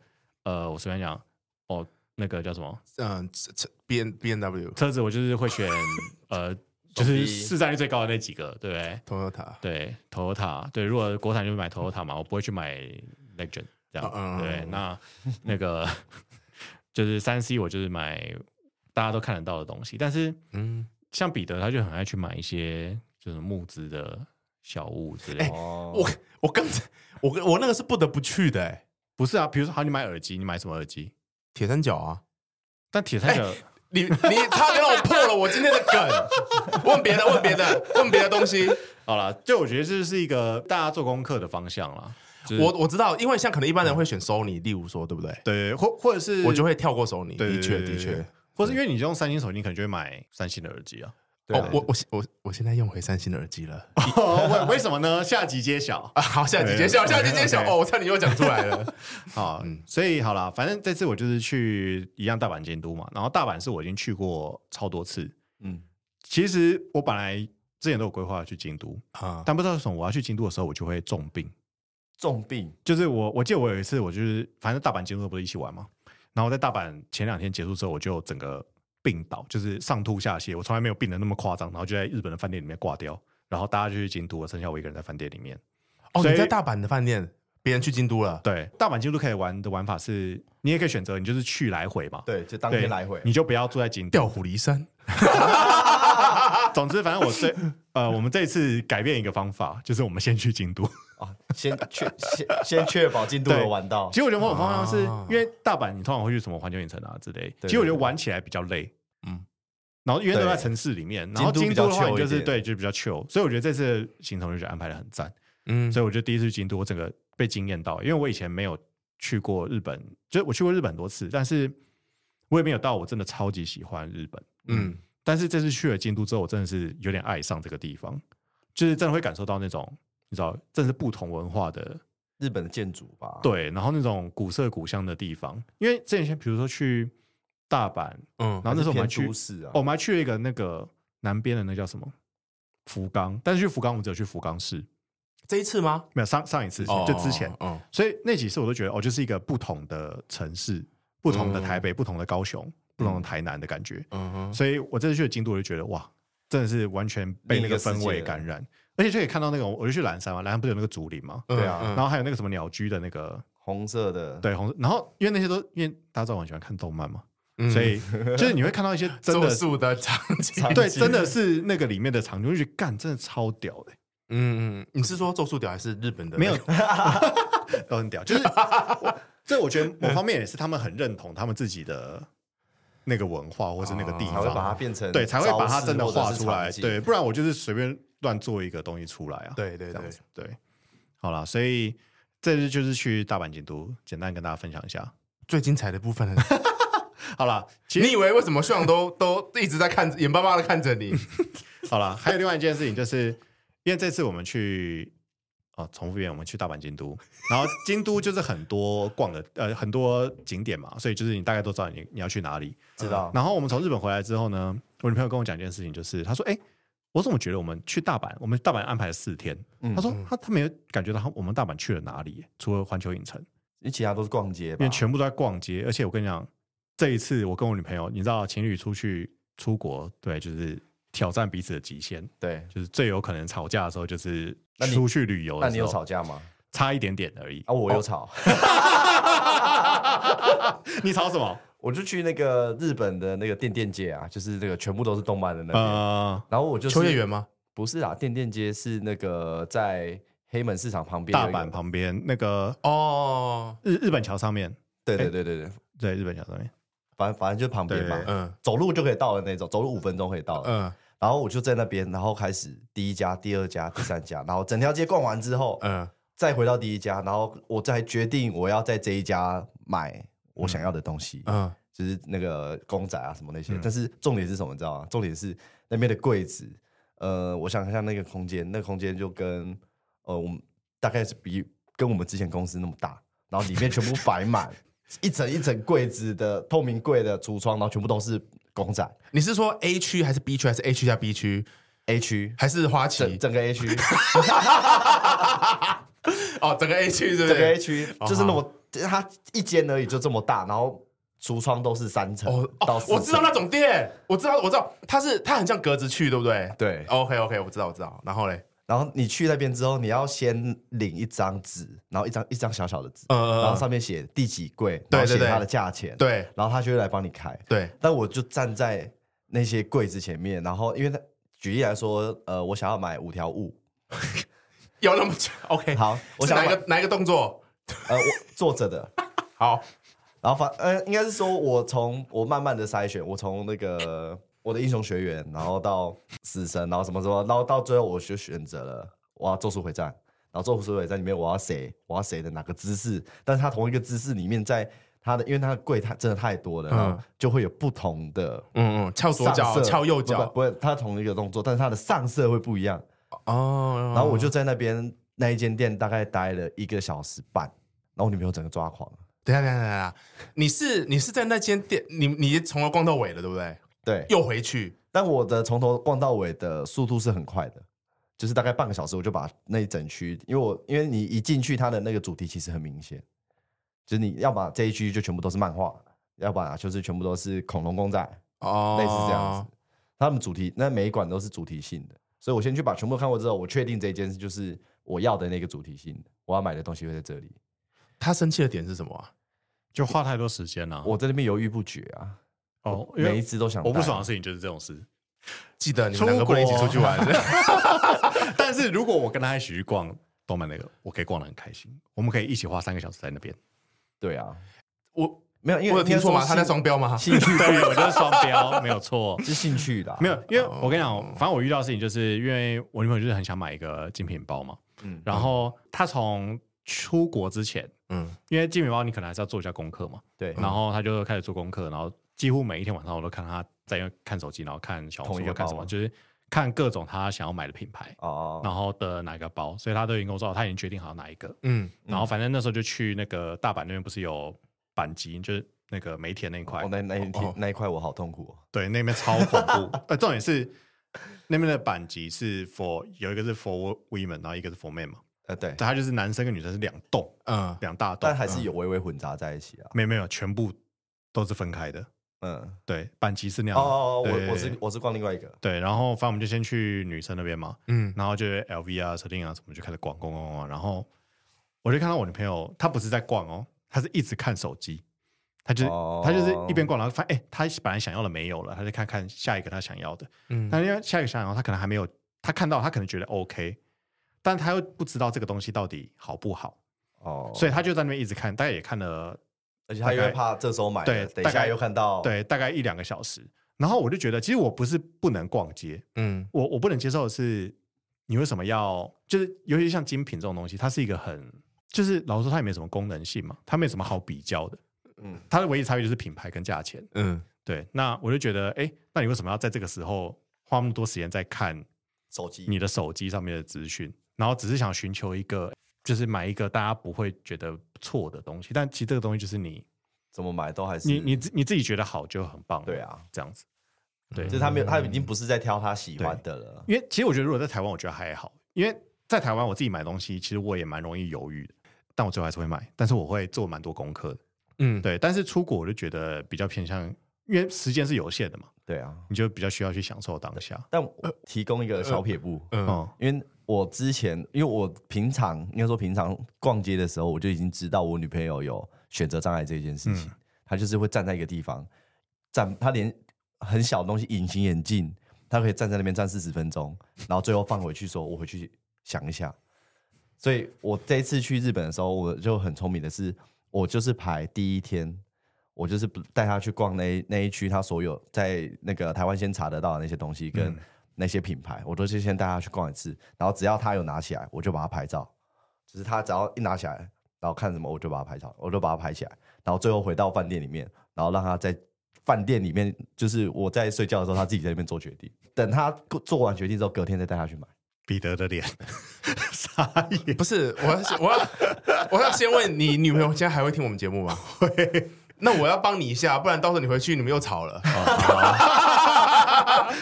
S3: 呃，我随便讲哦，那个叫什么
S2: 嗯这这，B N B N W
S3: 车子，我就是会选呃，就是市占率最高的那几个，对不对？
S2: Toyota，
S3: 对，Toyota，对，如果国产就是买 Toyota 嘛，我不会去买 Legend 这样。
S2: 嗯嗯嗯
S3: 对，那那个就是三 C，我就是买大家都看得到的东西。但是
S2: 嗯，
S3: 像彼得，他就很爱去买一些就是募资的小物之类的。
S4: 哦，
S2: 我我刚才我我那个是不得不去的、欸，
S3: 不是啊，比如说，好，你买耳机，你买什么耳机？哎
S2: 铁三角啊。
S3: 但铁三角、
S2: 你你差点让我破了我今天的梗。问别的，问别的，问别的东西。
S3: 好了，就我觉得这是一个大家做功课的方向啦。就是
S2: 我我知道，因为像可能一般人会选 Sony，例如说，对不对？
S3: 对，或或者是
S2: 我就会跳过 Sony。
S3: 对
S2: 的确，
S3: 对对
S2: 的
S3: 对
S2: 确。
S3: 或是因为你用三星手机，你可能就会买三星的耳机啊。
S2: 哦，我我我我现在用回三星的耳 机了。
S3: 为为什么呢？下集揭晓。
S2: 啊，好，下集揭晓，
S3: 对
S2: 下集揭晓。
S3: OK
S2: 哦，我差点又讲出来 了。
S3: 好，所以好啦，反正这次我就是去一样大阪监督嘛，然后大阪是我已经去过超多次。
S4: 嗯，
S3: 其实我本来之前都有规划去京都，
S2: 啊，
S3: 但不知道为什么我要去京都的时候，我就会重病。
S4: 重病
S3: 就是我我记得我有一次，我就是反正大阪监督不是一起玩嘛，然后我在大阪前两天结束之后，我就整个病倒，就是上吐下泻，我从来没有病的那么夸张，然后就在日本的饭店里面挂掉，然后大家就去京都，剩下我一个人在饭店里面。
S2: 哦，
S3: 所以
S2: 你在大阪的饭店，别人去京都了。
S3: 对，大阪京都可以玩的玩法是，你也可以选择，你就是去来回嘛。
S4: 对，就当
S3: 对，
S4: 天来回
S3: 你就不要住在京都。
S2: 调虎离山，
S3: 总之，反正我这呃，我们这一次改变一个方法，就是我们先去京都。
S4: 啊，先确先先确保进度
S3: 对
S4: 有玩到
S3: 其，实我觉得某种方向是、
S2: 啊
S3: 因为大阪，你通常会去什么环球影城啊之类。
S4: 哦对
S3: 其实我觉得玩起来比较累，嗯
S2: 嗯。
S3: 然后因为都在
S4: 对
S3: 城市里面，然后
S4: 京
S3: 京
S4: 都比
S3: 都
S4: 较
S3: 的话，你就
S4: chill
S3: 是
S4: 一点
S3: 对，就比较 chill。所以我觉得这次的行程我就觉得安排的很赞。
S2: 嗯，
S3: 所以我觉得第一次去京都，我整个被惊艳到，因为我以前没有去过日本，就是我去过日本很多次，但是我也没有到我真的超级喜欢日本。
S2: 嗯，
S3: 但是这次去了京都之后，我真的是有点爱上这个地方，就是真的会感受到那种你知道，真的是不同文化的
S4: 日本的建筑吧，，
S3: 对，然后那种古色古香的地方，因为之前比如说去大阪，
S2: 嗯
S3: 然，后那时候我们还去，
S4: 都市啊
S3: 哦，我，们还去了一个那个南边的那叫什么福冈，但是去福冈我们只有去福冈市，
S2: 这一次吗？
S3: 没有上上一次就之前，
S2: 哦，
S3: 所以那几次我都觉得哦，就是一个不同的城市，不同的台北，不同的高雄，不同的台南的感觉。
S2: 嗯哼，
S3: 所以我这次去了京都，我就觉得哇，真的是完全被那个氛围感染，而且就可以看到那种，我就去蓝山嘛，蓝山不是有那个竹林嘛，
S2: 嗯
S4: 对啊
S2: 嗯
S3: 然后还有那个什么鸟居的那个
S4: 红色的，，
S3: 对红，然后因为那些都因为大家知道我很喜欢看动漫嘛，
S2: 嗯
S3: 所以 就是嗯你会看到一些真
S2: 咒
S3: 的
S2: 术的场 景，
S3: 对，真的是那个里面的场景，我就觉得干真的超屌的、
S2: 嗯嗯，你是说咒术屌还是日本的？
S3: 没 有， 都很屌。就是我这，我觉得某方面也是他们很认同他们自己的那个文化或是那个地
S2: 啊
S4: 才会把它
S3: 方，
S4: 变成
S3: 对，才会把它
S4: 招式
S3: 真的
S4: 或者
S3: 画
S4: 是
S3: 出来。
S4: 场景
S3: 对，，不然我就是随便乱做一个东西出来啊。
S2: 对对
S3: 这样
S2: 对
S3: 子，对。好了，所以这次就是去大阪京都，简单跟大家分享一下。
S2: 最精彩的部分了。
S3: 好了，其
S2: 你
S3: 实
S2: 以为为什么炫都都一直在看眼巴巴的看着你？
S3: 好了，还有另外一件事情，就是因为这次我们去。哦，重复一遍，我们去大阪京都，然后京都就是很多逛的，呃，很多景点嘛，所以就是你大概都知道你你要去哪里。
S4: 知道，
S3: 然后我们从日本回来之后呢，我女朋友跟我讲一件事情，就是她说：“哎、我怎么觉得我们去大阪，我们大阪安排了四天，
S4: 嗯
S3: 她说她她没有感觉到她我们大阪去了哪里，除了环球影城，
S4: 因为其他都是逛街
S3: 因
S4: 吧
S3: 为，全部都在逛街，而且我跟你讲，这一次我跟我女朋友，你知道情侣出去出国，对，就是挑战彼此的极限，
S4: 对，
S3: 就是最有可能吵架的时候，就是
S4: 那你
S3: 出去旅游的时候，
S4: 那
S3: 哦
S4: 你有吵架吗？
S3: 差一点点而已。
S4: 啊，我有吵，
S3: 你吵什么？
S4: 我就去那个日本的那个电电街啊，就是那个全部都是动漫的那边，
S3: 呃，
S4: 然后我就是
S2: 秋叶原吗？
S4: 不是啊，电电街是那个在黑门市场旁边
S3: 大
S4: 有一个
S3: 阪，旁边那个
S2: 哦，
S3: 日日本桥上面，
S4: 对对对对对，
S3: 对，日本桥上面，
S4: 反反正就是旁边
S3: 对
S4: 嘛，
S2: 嗯
S4: 走路就可以到的那种，走路五分钟可以到的。
S2: 嗯
S4: 然后我就在那边，然后开始第一家、第二家、第三家，然后整条街逛完之后，
S2: 嗯，
S4: 再回到第一家，然后我再决定我要在这一家买我想要的东西，
S2: 嗯
S4: 就是那个公仔啊什么那些。但是重点是什么？你知道吗？重点是那边的柜子，呃，我想一下那个空间，那个空间就跟呃我们大概是比跟我们之前公司那么大，然后里面全部摆满一层一层柜子的透明柜的橱窗，然后全部都是公仔。
S2: 你是说 A 区还是 B 区还是 A 区加 B 区
S4: A 区
S2: 还是花旗
S4: 整？整个 A 区。
S2: 哦，整个 A 区对不
S4: 整个
S2: 对哦
S4: A？区就是那么，它一间而已就这么大，然后橱窗都是三层
S2: 哦
S4: 到
S2: 哦
S4: 四，层。
S2: 我知道那种店，我知道我知道，它是它很像格子去，对不对？
S4: 对，
S2: OK OK，我知道我知道。然后嘞，
S4: 然后你去那边之后，你要先领一张纸，然后一张一张小小的纸，
S2: 嗯嗯嗯
S4: 然后上面写第几柜，
S2: 对
S4: 然后写
S2: 对对
S4: 它的价钱，，
S2: 对
S4: 然后他就会来帮你开。
S2: 对，
S4: 但我就站在那些柜子前面，然后因为他举例来说，呃，我想要买五条悟，
S2: 有那么 久 OK。
S4: 好，我
S2: 哎是
S4: 想
S2: 哪一个
S4: 要买
S2: 哪一个动作？
S4: 呃我坐着的，
S2: 好，
S4: 然后反呃，应该是说我从我慢慢的筛选，我从那个我的英雄学员，然后到死神，然后什么什么，然后到最后我就选择了我要咒术回战，然后咒术回战里面我要谁，我要谁的哪个姿势，但是他同一个姿势里面在。他的，因为他的柜太真的太多了，然后就会有不同的
S2: 嗯嗯，翘嗯左
S4: 上
S2: 脚，
S4: 色，
S2: 翘右
S4: 不
S2: 脚
S4: 不，不会，他同一个动作，但是他的上色会不一样。
S2: 哦。
S4: 然后我就在那边那一间店大概待了一个小时半，然后我女朋友整个抓狂了。
S2: 等一下等一下等一下，你是你是在那间店，你你从头逛到尾了，对不对？
S4: 对，
S2: 又回去，
S4: 但我的从头逛到尾的速度是很快的，就是大概半个小时我就把那一整区，因为我因为你一进去，它的那个主题其实很明显，就是你要把这一区就全部都是漫画，要把就是全部都是恐龙公仔，
S2: 哦，
S4: 类似这样子。他们主题那每一馆都是主题性的，所以我先去把全部看过之后，我确定这件事就是我要的那个主题性的，我要买的东西会在这里。
S2: 他生气的点是什么啊？
S3: 就花太多时间了。
S4: 我在那边犹豫不决啊，
S3: 哦，因
S4: 每一
S3: 为
S4: 只都想
S3: 我不
S4: 带
S3: 爽的事情就是这种事。
S2: 记得你们两个不能一起出去玩，
S3: 但是如果我跟他一起去逛动漫那个，我可以逛得很开心。我们可以一起花三个小时在那 边。
S4: 对啊，
S2: 我
S4: 没有，因为
S2: 我有听说吗？他在
S4: 双
S2: 双标吗？
S4: 兴趣
S3: 对，我就是双标，没有错。
S4: 是兴趣的啊、
S3: 没有，因为我跟你讲，反正我遇到的事情就是因为我女朋友就是很想买一个精品包嘛，
S4: 嗯
S3: 然后她从出国之前，
S2: 嗯，
S3: 因为精品包你可能还是要做一下功课嘛，
S4: 对，
S3: 然后她就开始做功课，然后几乎每一天晚上我都看她在看手机，然后看小红
S4: 同一
S3: 书
S4: 个
S3: 看
S4: 包啊
S3: 什么，
S4: 吗
S3: 就是看各种她想要买的品牌，
S4: 哦，
S3: 然后的哪一个包，所以她都已经跟我说，哦她已经决定好哪一个，
S2: 嗯，
S3: 然后反正那时候就去那个大阪那边不是有板机，就是那个梅田那一块
S4: 哦，，那那一天、
S2: 哦
S4: 那一块我好痛苦、哦。
S3: 对，那边超恐怖。呃，重点是那边的板级是 for 有一个是 for women，然后一个是 for men 嘛，
S4: 呃，对，
S3: 它就是男生跟女生是两栋，
S2: 嗯，
S3: 两大栋
S4: 但，还是有微微混杂在一起啊。
S3: 没有没有，全部都是分开的。
S4: 嗯，
S3: 对，板级是那
S4: 哦
S3: 样的。
S4: 哦，哦
S3: 对
S4: 我我是我是逛另外一个，
S3: 对，然后反正我们就先去女生那边嘛，
S2: 嗯
S3: 然后就是 LV 啊、设定啊什么就开始逛逛逛逛，然后我就看到我女朋友，她不是在逛哦，她是一直看手机，她就是、
S4: 哦
S3: 她就是一边逛，然后发现哎、她本来想要的没有了，她就看看下一个她想要的，
S2: 嗯
S3: 但因为下一个想要她可能还没有，她看到她可能觉得 OK，但她又不知道这个东西到底好不好，
S4: 哦，
S3: 所以她就在那边一直看，大概也看了
S4: 而且他因
S3: 大
S4: 为
S3: 概
S4: 怕这时候买了，
S3: 对
S4: 等一
S3: 大
S4: 下
S3: 概
S4: 又看到，，
S3: 对大概一两个小时，然后我就觉得其实我不是不能逛街，
S2: 嗯
S3: 我我不能接受的是，你为什么要就是，尤其像精品这种东西，它是一个很就是老实说，它也没什么功能性嘛，它没什么好比较的。
S4: 嗯
S3: 嗯，它的唯一差别就是品牌跟价钱。
S2: 嗯，
S3: 对，那我就觉得，哎、那你为什么要在这个时候花那么多时间在看
S4: 手机，
S3: 你的手机上面的资讯，然后只是想寻求一个，就是买一个大家不会觉得错的东西？但其实这个东西就是你，
S4: 怎么买都还是
S3: 你你自你自己觉得好就很棒。
S4: 对，啊，嗯
S3: 这样子。对，
S4: 就是他没有，他已
S3: 嗯
S4: 经不是在挑他喜欢的了。
S3: 因为其实我觉得，如果在台湾，我觉得还好，因为在台湾我自己买东西，其实我也蛮容易犹豫的，但我最后还是会买，但是我会做蛮多功课的。
S2: 嗯，
S3: 对，但是出国我就觉得比较偏向，因为时间是有限的嘛，
S4: 对啊，
S3: 你就比较需要去享受当下。
S4: 但我提供一
S3: 呃
S4: 个小撇步，
S2: 嗯，
S3: 哦，
S4: 因为我之前，因为我平常应该说平常逛街的时候，我就已经知道我女朋友有选择障碍这件事情。她就是会站在一个地方，站她连很小的东西，隐形眼镜，她可以站在那边站四十分钟，然后最后放回去说：“我回去想一下。”所以我这一次去日本的时候，我就很聪明的是，我就是排第一天，我就是不带他去逛那一那一区，他所有在那个台湾先查得到的那些东西跟那些品牌，我都是先带他去逛一次，然后只要他有拿起来，我就把它拍照，就是他只要一拿起来，然后看什么我就把它拍照，我就把它拍起来，然后最后回到饭店里面，然后让他在。饭店里面，就是我在睡觉的时候，他自己在那边做决定。等他做完决定之后，隔天再带他去买。
S3: 彼得的脸 傻眼，
S2: 不是，我要我要 我要先问你女朋友现在还会听我们节目吗？会。那我要帮你一下，不然到时候你回去你们又吵了。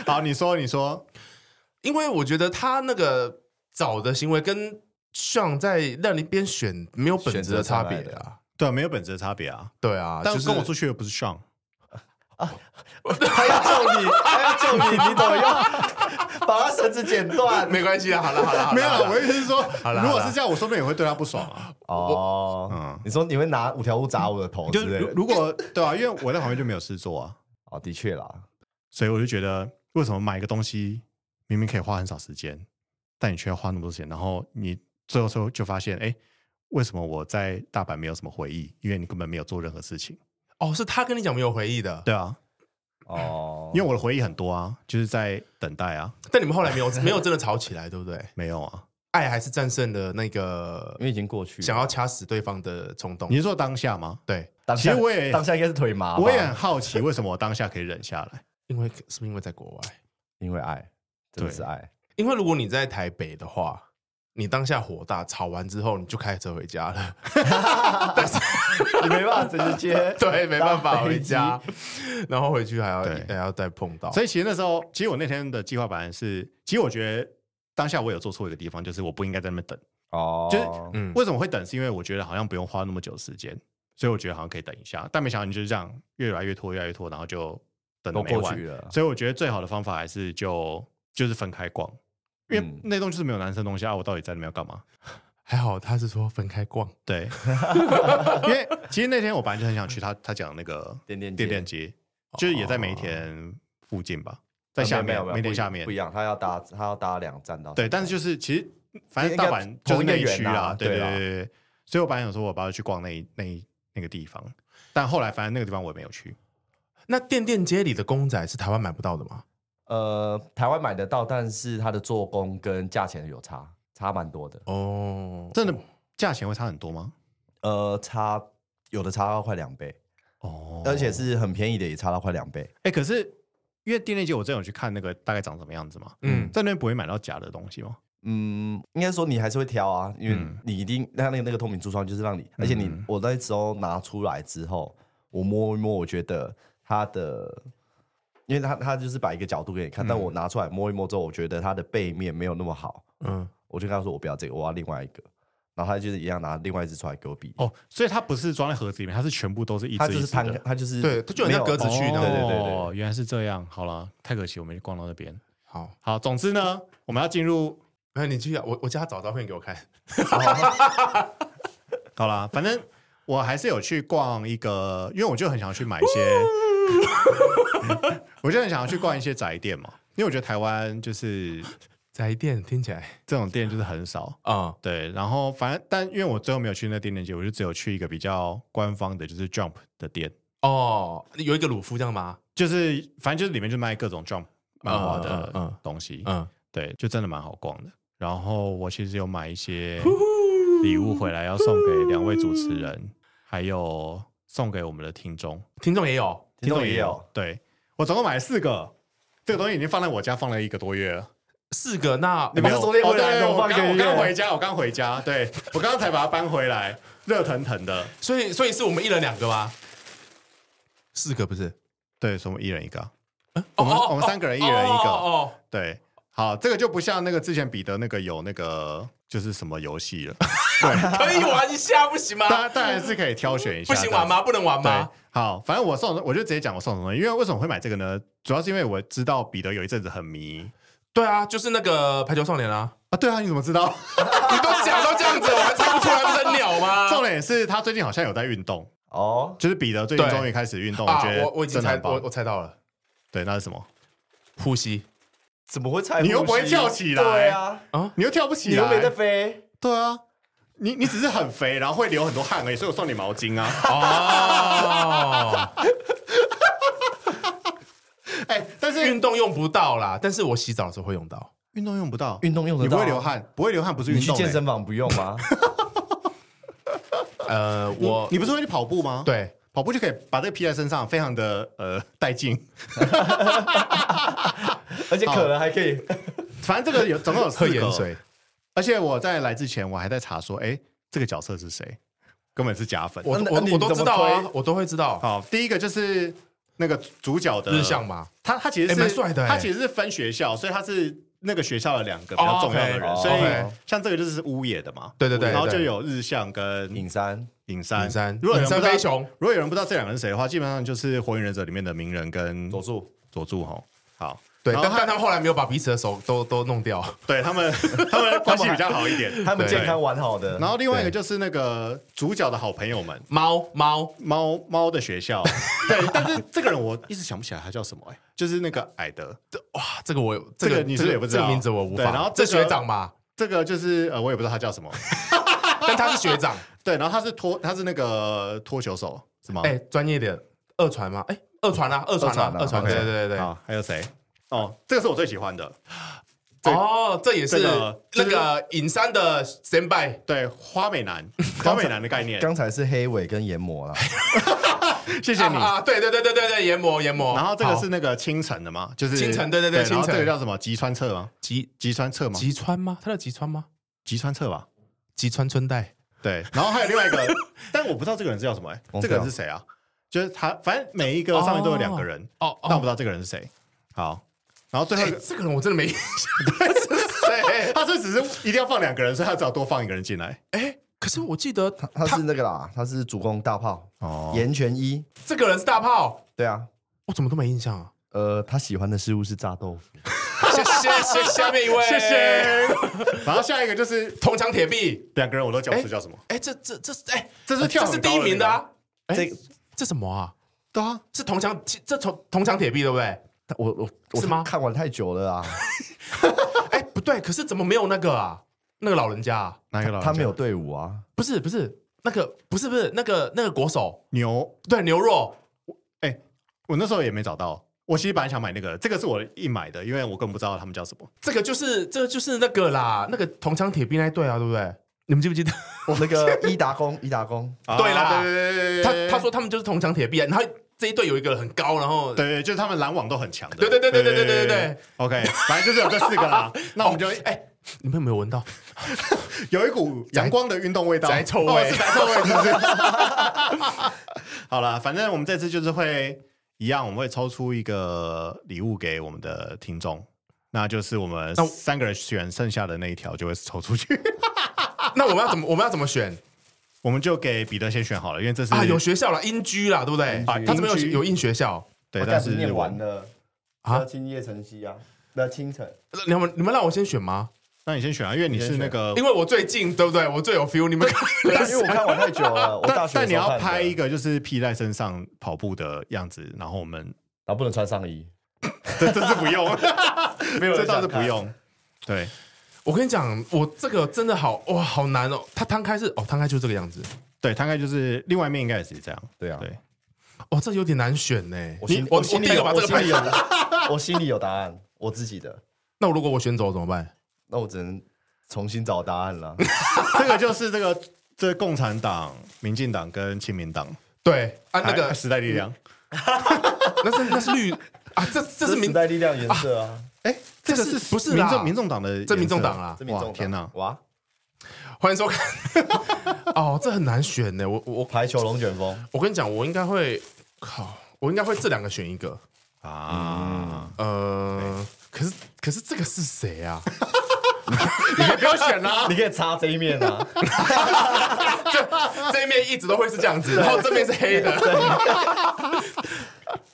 S3: 好，你说，你说，
S2: 因为我觉得他那个找的行为跟像在让你边选没有本质的差别
S4: 选择上
S2: 啊。
S3: 对啊，没有本质的差别啊。
S2: 对啊，
S3: 但
S2: 就是
S3: 跟我出去的不是 Sean，
S4: 他
S2: 哎
S4: 要救你，他要救 你，你怎么又把他绳子剪 断？
S2: 没关系啊，好了好了，好啦
S3: 没有
S2: 好
S3: 啦，
S2: 啦
S3: 我意思是说，
S2: 啦
S3: 如果是这样，我说不定也会对他不爽啊。
S4: 哦，
S3: 嗯
S4: 你说你会拿五条悟砸我的头
S3: 就
S4: 之
S3: 是
S4: 类
S3: 如
S4: 的？
S3: 如果对啊，因为我在旁边就没有事做啊，
S4: 哦，的确啦，
S3: 所以我就觉得，为什么买一个东西明明可以花很少时间，但你却要花那么多钱，然后你最后最后就发现，哎，为什么我在大阪没有什么回忆？因为你根本没有做任何事情。
S2: 哦，是他跟你讲没有回忆的，
S3: 对啊，
S4: 哦，
S3: 因为我的回忆很多啊，就是在等待啊，
S2: 但你们后来没有没有真的吵起来，对不对？
S3: 没有啊。
S2: 爱还是战胜了那个
S4: 因为已经过去了，
S2: 想要掐死对方的冲动
S3: 你。是说当下吗？
S2: 对，
S4: 当下
S3: 其实我也
S4: 当下应该是腿麻吧，
S3: 我也很好奇，为什么我当下可以忍下来？
S2: 因为是不是因为在国外？
S4: 因为爱，真的
S3: 对
S4: 是爱，
S2: 因为如果你在台北的话，你当下火大，吵完之后你就开车回家 了。
S4: 你没办法直 接
S2: 对，没办法
S4: 搭飞
S2: 回
S4: 机
S2: 家，然后回去还要
S3: 对
S2: 还要再碰到。
S3: 所以其实那时候，其实我那天的计划本来是，其实我觉得当下我有做错一个地方，就是我不应该在那边等。
S4: 哦，
S3: 就是
S2: 嗯，
S3: 为什么会等？是因为我觉得好像不用花那么久时间，所以我觉得好像可以等一下。但没想到你就是这样越来越拖，越来越拖，然后就等
S4: 都
S3: 得没
S4: 过
S3: 完
S4: 去。了，
S3: 所以我觉得最好的方法还是就就是分开逛，因为
S4: 嗯
S3: 那栋就是没有男生的东西啊，我到底在里面要干嘛？
S2: 还好他是说分开逛，
S3: 对，因为其实那天我本来就很想去他他讲那个
S4: 点点街
S3: 店店街，就是也在梅田附近吧，在
S4: 啊
S3: 下
S4: 没
S3: 面
S4: 有没有没有
S3: 梅田
S4: 不一
S3: 下面
S4: 不一。样，他要搭他要搭两站到，
S3: 对，但是就是其实反正大阪
S4: 应
S3: 就
S4: 该
S3: 是
S4: 同一个
S3: 内区
S4: 园
S3: 啦，
S4: 啊
S3: 对对
S4: 对啦
S3: 对对。对所以我本来想说我要不要去逛那一那一那个地方，但后来反正那个地方我也没有去。
S2: 那店店街里的公仔是台湾买不到的吗？
S4: 呃，台湾买得到，但是它的做工跟价钱有差，差蛮多的。
S2: 哦，
S3: 真的价钱会差很多吗？
S4: 呃，差有的差到快两倍，
S3: 哦
S4: 而且是很便宜的，也差到快两倍。
S3: 哎、可是因为店内街我真的有去看那个大概长什么样子嘛，
S2: 嗯，
S3: 在那边不会买到假的东西吗？
S4: 嗯，应该说你还是会挑啊，因为
S3: 嗯
S4: 你一定那那个那个透明珠窗就是让你，而且你
S3: 嗯
S4: 我那时候拿出来之后，我摸一摸，我觉得它的，因为它它就是摆一个角度给你看，但
S3: 嗯
S4: 我拿出来摸一摸之后，我觉得它的背面没有那么好，
S2: 嗯，
S4: 我就跟他说我不要这个，我要另外一个，然后他就是一样拿另外一只出来给我比，
S3: 哦，所以它不是装在盒子里面，它是全部都是一只一
S4: 他就
S3: 只
S4: 是摊开
S3: 的，。
S4: 他就是
S2: 对它就很像
S4: 没有
S2: 鸽子去那
S4: 对
S2: 样
S4: 对对对
S3: 哦，原来是这样。好了，太可惜我没逛到那边。
S2: 好，
S3: 好，总之呢，我们要进入
S2: 那你去啊，我我叫他找照片给我看。
S3: 好啦，反正我还是有去逛一个，因为我就很想要去买一些， 我就很想要去逛一些宅店嘛，因为我觉得台湾就是
S2: 宅店听起来
S3: 这种店就是很少。
S2: 啊，
S3: 对，然后反正但因为我最后没有去那店店街，我就只有去一个比较官方的，就是 Jump 的店，
S2: 哦，有一个鲁夫这样吗？
S3: 就是反正就是里面就卖各种 Jump 漫画
S2: 嗯嗯
S3: 的
S2: 嗯
S3: 东西，
S2: 嗯，
S3: 对，就真的蛮好逛的。然后我其实有买一些礼物回来，要送给两位主持人，还有送给我们的听众。
S2: 听众也有，
S4: 听众也有，
S3: 对我总共买了四个，这个东西已经放在我家放了一个多月了。
S2: 四个，那
S4: 你没
S2: 我
S4: 有昨天
S3: 哦，
S4: 回
S3: 对，
S4: 来，怎么
S3: 我
S4: 放一个
S3: 刚我
S4: 月
S3: 刚回家，我刚回家，对我刚刚才把它搬回来，热腾腾的。
S2: 所以所以是我们一人两个吗？四个不是？
S3: 对，所以我们一人一个啊，我们我们三个人一人一
S2: 哦
S3: 个，
S2: 哦，
S3: 对。好，这个就不像那个之前彼得那个有那个就是什么游戏了，
S2: 哦可以玩一下不行 吗？
S3: 大家大家还是可以挑选一下，
S2: 不行玩吗？不能玩
S3: 对
S2: 吗？，
S3: 好，反正我送，我就直接讲我送什么东西。因为为什么会买这个呢？主要是因为我知道彼得有一阵子很迷
S2: 对啊，就是那个排球少年 啊，
S3: 啊。对啊，你怎么知道？
S2: 你都讲到这样子，我哦还猜不出来不是鸟 吗？
S3: 重点是他最近好像有在运动，
S4: 哦，
S3: 就是彼得最近
S2: 对
S3: 终于开始运动，
S2: 啊
S3: 觉，得
S2: 我我已经
S3: 真的
S2: 猜
S3: 很棒
S2: 我我猜到了，
S3: 对，那是什么？
S2: 呼吸
S4: 怎么会菜？
S3: 你又不会跳起来
S4: 对啊，
S3: 你又跳不起
S4: 你又没在
S3: 来，
S4: 飞。
S3: 对啊，你你只是很肥，然后会流很多汗而已，所以我送你毛巾 啊。
S2: 哦，
S3: 哎，但是
S2: 运动用不到啦，但是我洗澡的时候会用到。
S3: 运动用不到，
S4: 运动用得
S3: 你不
S4: 到啊
S3: 会流汗，不会流汗不是
S4: 你
S3: 运
S4: 去
S3: 动欸。
S4: 健身房不用吗？
S2: 呃，
S3: 你，
S2: 我
S3: 你不是会去跑步吗？，
S2: 对
S3: 跑步就可以把这个披在身上，非常的呃带 劲。
S4: 而且可能还可以。
S3: 反正这个有总共有四
S2: 喝
S3: 个
S2: 盐水，
S3: 而且我在来之前，我还在查说，哎，这个角色是谁？根本是假粉。
S2: 我
S4: 那
S2: 我我
S4: 那你
S2: 都
S4: 怎
S2: 知
S4: 么
S2: 道啊
S4: 推，
S2: 我都会知道。
S3: 好，第一个就是那个主角的
S2: 日向，嘛，
S3: 他他其实
S2: 诶
S3: 是
S2: 蛮帅的诶
S3: 他其实是分学校，所以他是那个学校的两个比较重要的人，
S4: 哦，OK
S3: 所以
S2: 哦
S3: 像这个就是屋野的嘛，
S2: 对对对
S3: 然后就
S2: 对
S3: 有日向跟
S4: 影山
S3: 影山。
S2: 影山
S3: 如果有人
S2: 影山
S3: 不知道
S2: 飞熊，
S3: 如果有人不知道这两个人是谁的话，基本上就是《火影忍者》里面的鸣人跟
S4: 佐助，
S3: 佐助哈。好，
S2: 对，
S3: 然
S2: 但
S3: 后
S2: 但他们后来没有把彼此的手都都弄掉。
S3: 对他 们他们关系比较好一点。
S4: 他们
S2: 对
S4: 健康完好的，
S3: 然后另外一个就是那个主角的好朋友们，
S2: 猫猫
S3: 猫猫的学校，对，但是这个人我一直想不起来他叫什么、哎，就是那个矮的，
S2: 哇，啊这个我有
S3: 这个你是不是也不知道
S2: 这个名字我无法。
S3: 对然后这
S2: 这
S3: 个
S2: 学 长嘛，
S3: 这个就是呃，我也不知道他叫什么，
S2: 但他是学长，
S3: 对，然后他是脱，他是那个脱球手是吗？
S2: 哎，专业点，二传嘛，哎，二传啊，二传啊，二
S4: 二
S2: 传，
S4: 传啊
S2: 对对
S4: OK
S2: 对对对。
S3: 啊，还有谁？哦，这个是我最喜欢的，这
S2: 哦，这也是
S3: 这个
S2: 那
S3: 就是
S2: 个影山的 standby，
S3: 对，花美 男，花美男的概念，
S4: 刚才是黑尾跟研磨啦，
S3: 谢谢
S2: 啊
S3: 你。
S2: 啊，对对对对对对，研磨研磨。
S3: 然后这个
S2: 好
S3: 是那个清晨的嘛，就是
S2: 青城对对对
S3: 然后
S2: 青
S3: 这
S2: 城
S3: 个叫什么？吉川彻吗？
S2: 吉
S3: 吉川彻吗？
S2: 吉川吗？他叫吉川吗？
S3: 吉川彻吧，
S2: 吉川春代。
S3: 对。然后还有另外一个，但我不知道这个人是叫什么、哎
S4: 我不
S3: 这
S4: 知道
S3: 个人是谁啊？就是他，反正每一个上面都有两个人，
S2: 哦
S3: 但我不知道这个人是谁。好，然后最后
S2: 哎
S3: 一个，
S2: 这个人我真的没 印象，他是谁？
S3: 他这只是一定要放两个人，所以他只要多放一个人进来。
S2: 哎，可是我记得他
S4: 他是那个啦，他是主攻大炮
S3: 哦
S4: 岩泉一，
S2: 这个人是大炮，
S4: 对啊，
S2: 我怎么都没印象啊。
S4: 呃，他喜欢的食物是炸豆腐，
S2: 谢谢 谢下面一位，
S3: 谢谢。 然后下一个就是
S2: 铜墙铁壁。
S3: 两个人，我都讲不出叫什么。
S2: 哎，这这这哎，
S3: 这是跳
S2: 这是
S3: 很高
S2: 第
S3: 的
S2: 一名的啊。哎
S4: 这
S2: 这什么啊？
S3: 对啊，
S2: 是铜墙这铜铜墙铁壁对不对？
S4: 他我我我
S2: 是吗
S4: 看完太久了啊，
S2: 哎，不对，可是怎么没有那个啊？那个老人家啊
S3: 哪一个老人
S4: 他没有队伍啊，
S2: 不是不是那个不是不是那个那个国手
S3: 牛？
S2: 对牛肉
S3: 哎、我那时候也没找到。我其实本来想买那个，这个是我一买的，因为我根本不知道他们叫什么。
S2: 这个就是这个就是那个啦，那个铜墙铁壁那一队啊，对不对？你们记不记得？
S4: 那个伊达工伊达工，
S2: 对啦
S3: 啊对对对对
S2: 他
S3: 对
S2: 他说他们就是铜墙铁壁啊，然后这一队有一个很高，然后
S3: 对对，就是他们拦网都很强的。
S2: 对对对对对对对对对。
S3: OK，反正就是有这四个啦。那我们就
S2: 哦哎、你们有没有闻到？
S3: 有一股阳光的运动味道，
S2: 宅臭味
S3: 哦是宅臭味，是不是？ 好了，反正我们这次就是会一样，我们会抽出一个礼物给我们的听众，那就是我们
S2: 那
S3: 三个人选剩下的那一条就会抽出去，
S2: 那我们要怎么我们要怎么选
S3: 我们就给彼得先选好了，因为这是
S2: 啊？有学校了，英居啦，对不对？
S3: 啊
S2: 他这边有
S3: 英居
S2: 有英学校，
S3: 对，
S4: 我
S3: 但
S4: 但
S3: 是
S4: 是念完了
S2: 啊
S4: 要今夜晨曦啊，那清晨
S2: 你们你们让我先选吗？
S3: 那你先选啊，因为你是那个
S2: 因。为我最近对不对？我最有 feel，你们
S4: 对啊，因为我看完太久 了，我大
S3: 但
S4: 学
S3: 但
S4: 的时候
S3: 你
S4: 看
S3: 要
S4: 的
S3: 拍一，个就是披在身上跑步的样子，然后我们
S4: 然后啊不能穿上衣，
S3: 这这是不用，
S4: 没有人
S3: 这倒是
S4: 想
S3: 不
S4: 看
S3: 用。对，
S2: 我跟你讲，我这个真的好哇，好难哦。它摊开是哦，摊开就是这个样子，
S3: 对，大概就是另外一面应该也是这样。
S4: 对啊，
S3: 对，
S2: 哦，这有点难选呢。
S4: 心
S2: 我
S4: 我心
S2: 第
S4: 里
S2: 一个
S4: 有
S2: 把
S4: 我
S2: 这个
S4: 心
S2: 拍
S4: 里有，我心里有答案，我自己的，
S2: 那我如果我选走怎么办？
S4: 那我只能重新找答案 了。
S3: 这个就是这个这共产党、民进党跟亲民党
S2: 对啊，
S4: 哎
S2: 那
S3: 还
S2: 个
S3: 时代力量。
S2: 那是那是绿啊，这这是
S4: 这时
S2: 民
S4: 代力量颜色啊，
S3: 哎，这个
S2: 这是
S3: 是
S2: 不是
S3: 民
S2: 啦
S3: 众民众党的？
S2: 这民众党！啦
S4: 这，民众
S3: 哇天哪
S4: 哪！啊哇，
S2: 欢迎收看。 哦，这很难选呢。我我
S4: 排球龙卷风，
S2: 我跟你讲，我应该会靠，我应该会这两个选一个。
S3: 啊，
S2: 嗯呃，可是可是这个是谁啊？
S3: 你可以不要选
S2: 啊
S3: 啦、
S4: 你可以擦这一面啊，
S2: 这一面一直都会是这样子，然后这边是 黑的。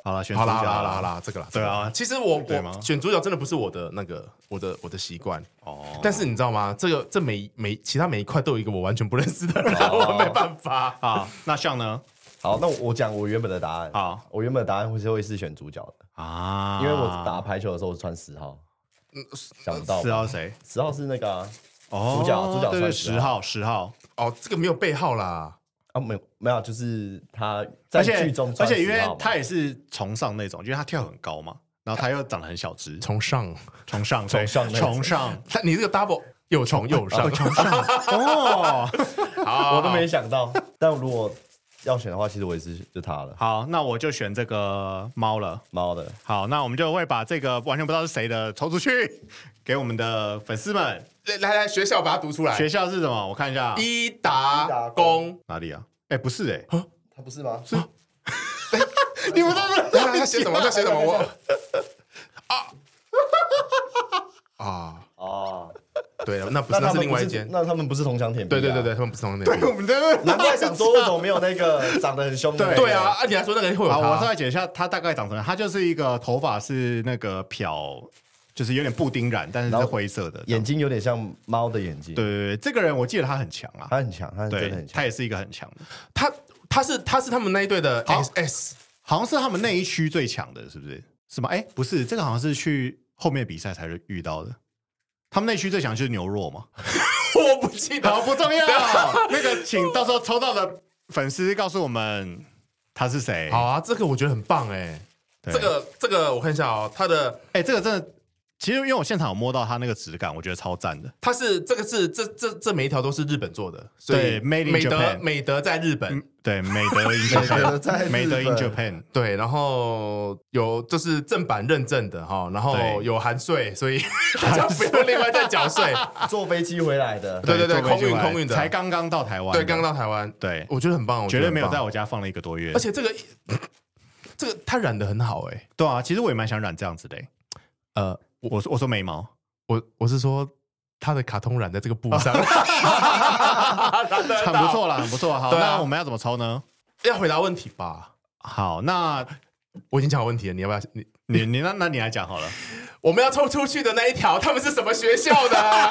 S3: 好了，选
S2: 好啦
S3: 主
S2: 好
S3: 角
S2: 啦好啦，这个啦，这个
S3: 啊对
S2: 啦
S3: 啊
S2: 其实我
S3: 对吗
S2: 我选主角真的不是我的那个我的我的习惯，
S3: 哦，
S2: 但是你知道吗？这个这每每其他每一块都有一个我完全不认识的人，我没办 法。
S3: 啊，那像呢？
S4: 好，那我讲我原本的答案。
S3: 好
S4: 我原本的答案会是会是选主角的，
S3: 啊，
S4: 因为我打排球的时候我是穿十号，想不到吧
S3: 四号谁？
S4: 十号是那个啊，
S3: 哦，
S4: 主角主角
S3: 对对，
S4: 算啊
S3: 十
S4: 十
S3: 号十号，
S2: 哦，这个没有背号啦，
S4: 啊没有没有，就是他在
S3: 而且
S4: 剧中穿
S3: 而且因
S4: 10
S3: 为
S4: 号嘛
S3: 他也是崇尚那种，因为他跳很高嘛，然后他又长得很小只，
S2: 从上。
S3: 崇尚对
S4: 崇尚那种
S3: 崇尚
S2: 但你这个 double 又从 右上，
S3: 哦。
S4: 我
S2: 啊
S4: 都没想到， 但如果要选的话，其实我也是就他了，
S3: 好，那我就选这个猫了。
S4: 猫的，
S3: 好，那我们就会把这个完全不知道是谁的抽出去，给我们的粉丝们。
S2: 来来来，学校把它读出来。
S3: 学校是什么？我看一下，
S2: 一达公，
S3: 哪里啊？哎，不是 哎，
S4: 他不是吗？
S3: 你们都不
S2: 等一下他写什么？他写什么？我啊啊，
S4: 哦，
S2: 对了，那不
S4: 那
S2: 是，
S4: 他
S2: 那
S4: 们
S2: 是
S4: 不
S2: 另外一间。
S4: 那他们不是同乡啊甜品、
S2: 对对对对，，他们不是同那
S3: 我
S2: 边。
S3: 们的
S4: 难怪想说为什么没有那个长得很凶的，
S3: 对
S2: 对啊，，按你来说那个会有
S3: 好，我稍
S2: 他。
S3: 微解释一下，他大概长什么样。他就是一个头发是那个漂，就是有点布丁染，但是
S4: 然
S3: 是
S4: 后
S3: 灰色的。
S4: 眼睛有点像猫的眼睛，
S3: 对，对对，这个人我记得他很强啊，
S4: 他很强，他真的
S3: 对
S4: 很，强，
S3: 他也是一个很强的，
S2: 他他是他是他们那一队的
S3: 好
S2: S S
S3: 好像是他们那一区最强的，是不是？是吗？哎，不是，这个好像是去后面比赛才是遇到的。他们那区最强就是牛肉嘛，
S2: 我不记得
S3: 好，不重要。 那个，请到时候抽到的粉丝告诉我们他是谁。
S2: 好，啊，这个我觉得很棒哎，
S3: 对
S2: 这个这个我看一下哦，他的
S3: 哎，这个真的，其实因为我现场有摸到他那个质感，我觉得超赞的。
S2: 他是这个是这这这每一条都是日本做的，所
S3: 对
S2: 以
S3: made in
S2: 美德
S3: Japan
S2: 美德在日本，
S3: 对，美德 in
S4: 美德
S3: Japan，
S4: 在
S3: 美德 in
S4: 日
S3: Japan，
S2: 对，然后有就是正版认证的哈，然后
S3: 对
S2: 有含 税，所以大家不用另外再缴税。
S4: 坐飞机回来的，
S2: 对对对
S3: 坐飞机
S2: 空运
S3: 回来
S2: 空运的
S3: 才刚刚到台湾，
S2: 对，刚刚到台湾，
S3: 对，
S2: 我觉得很棒，我觉
S3: 绝
S2: 得
S3: 对
S2: 很
S3: 没有
S2: 棒
S3: 在我家放了一个多月，
S2: 而且这个这个他染的很好哎、
S3: 对啊，其实我也蛮想染这样子的欸、
S2: 呃，
S3: 我说我说眉毛，
S2: 我我是说他的卡通染在这个布 上，
S3: 很不错啦，很不错。好，
S2: 对啊
S3: 那我们要怎么抽呢？
S2: 要回答问题吧。
S3: 好，那
S2: 我已经讲好问题了，你要不要？你
S3: 你你那那你来讲 好了。
S2: 我们要抽出去的那一条，他们是什么学校的？啊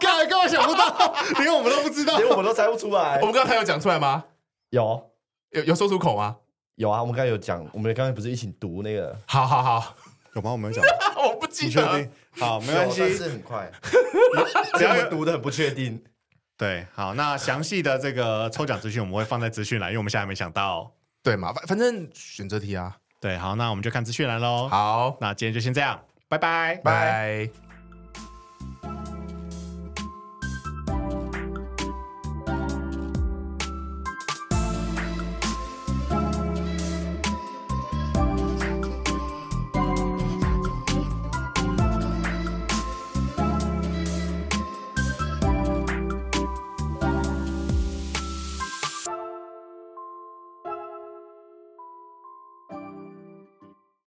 S3: 干嘛干嘛想不到，连我们都不知道
S4: 连我们都猜不出来
S2: 我。们刚才有讲出来吗？
S4: 有
S2: 有有说出口吗？
S4: 有啊，我们刚才有讲，我们刚才不是一起读那个？
S2: 好好好，
S3: 有吗？我们有讲，
S2: 我不记
S3: 你确
S2: 得
S3: 定。？ 好，没关
S4: 有但
S3: 系。
S4: 是很快，
S3: 只
S4: 只
S3: 要
S4: 要
S3: 有
S4: 我们读的很不确定。
S3: 对，好，那详细的这个抽奖资讯我们会放在资讯栏，因为我们现在还没想到。
S2: 对嘛，反反正选择题啊。
S3: 对，好，那我们就看资讯栏喽。，
S2: 好，
S3: 那今天就先这样，拜拜，
S2: 拜。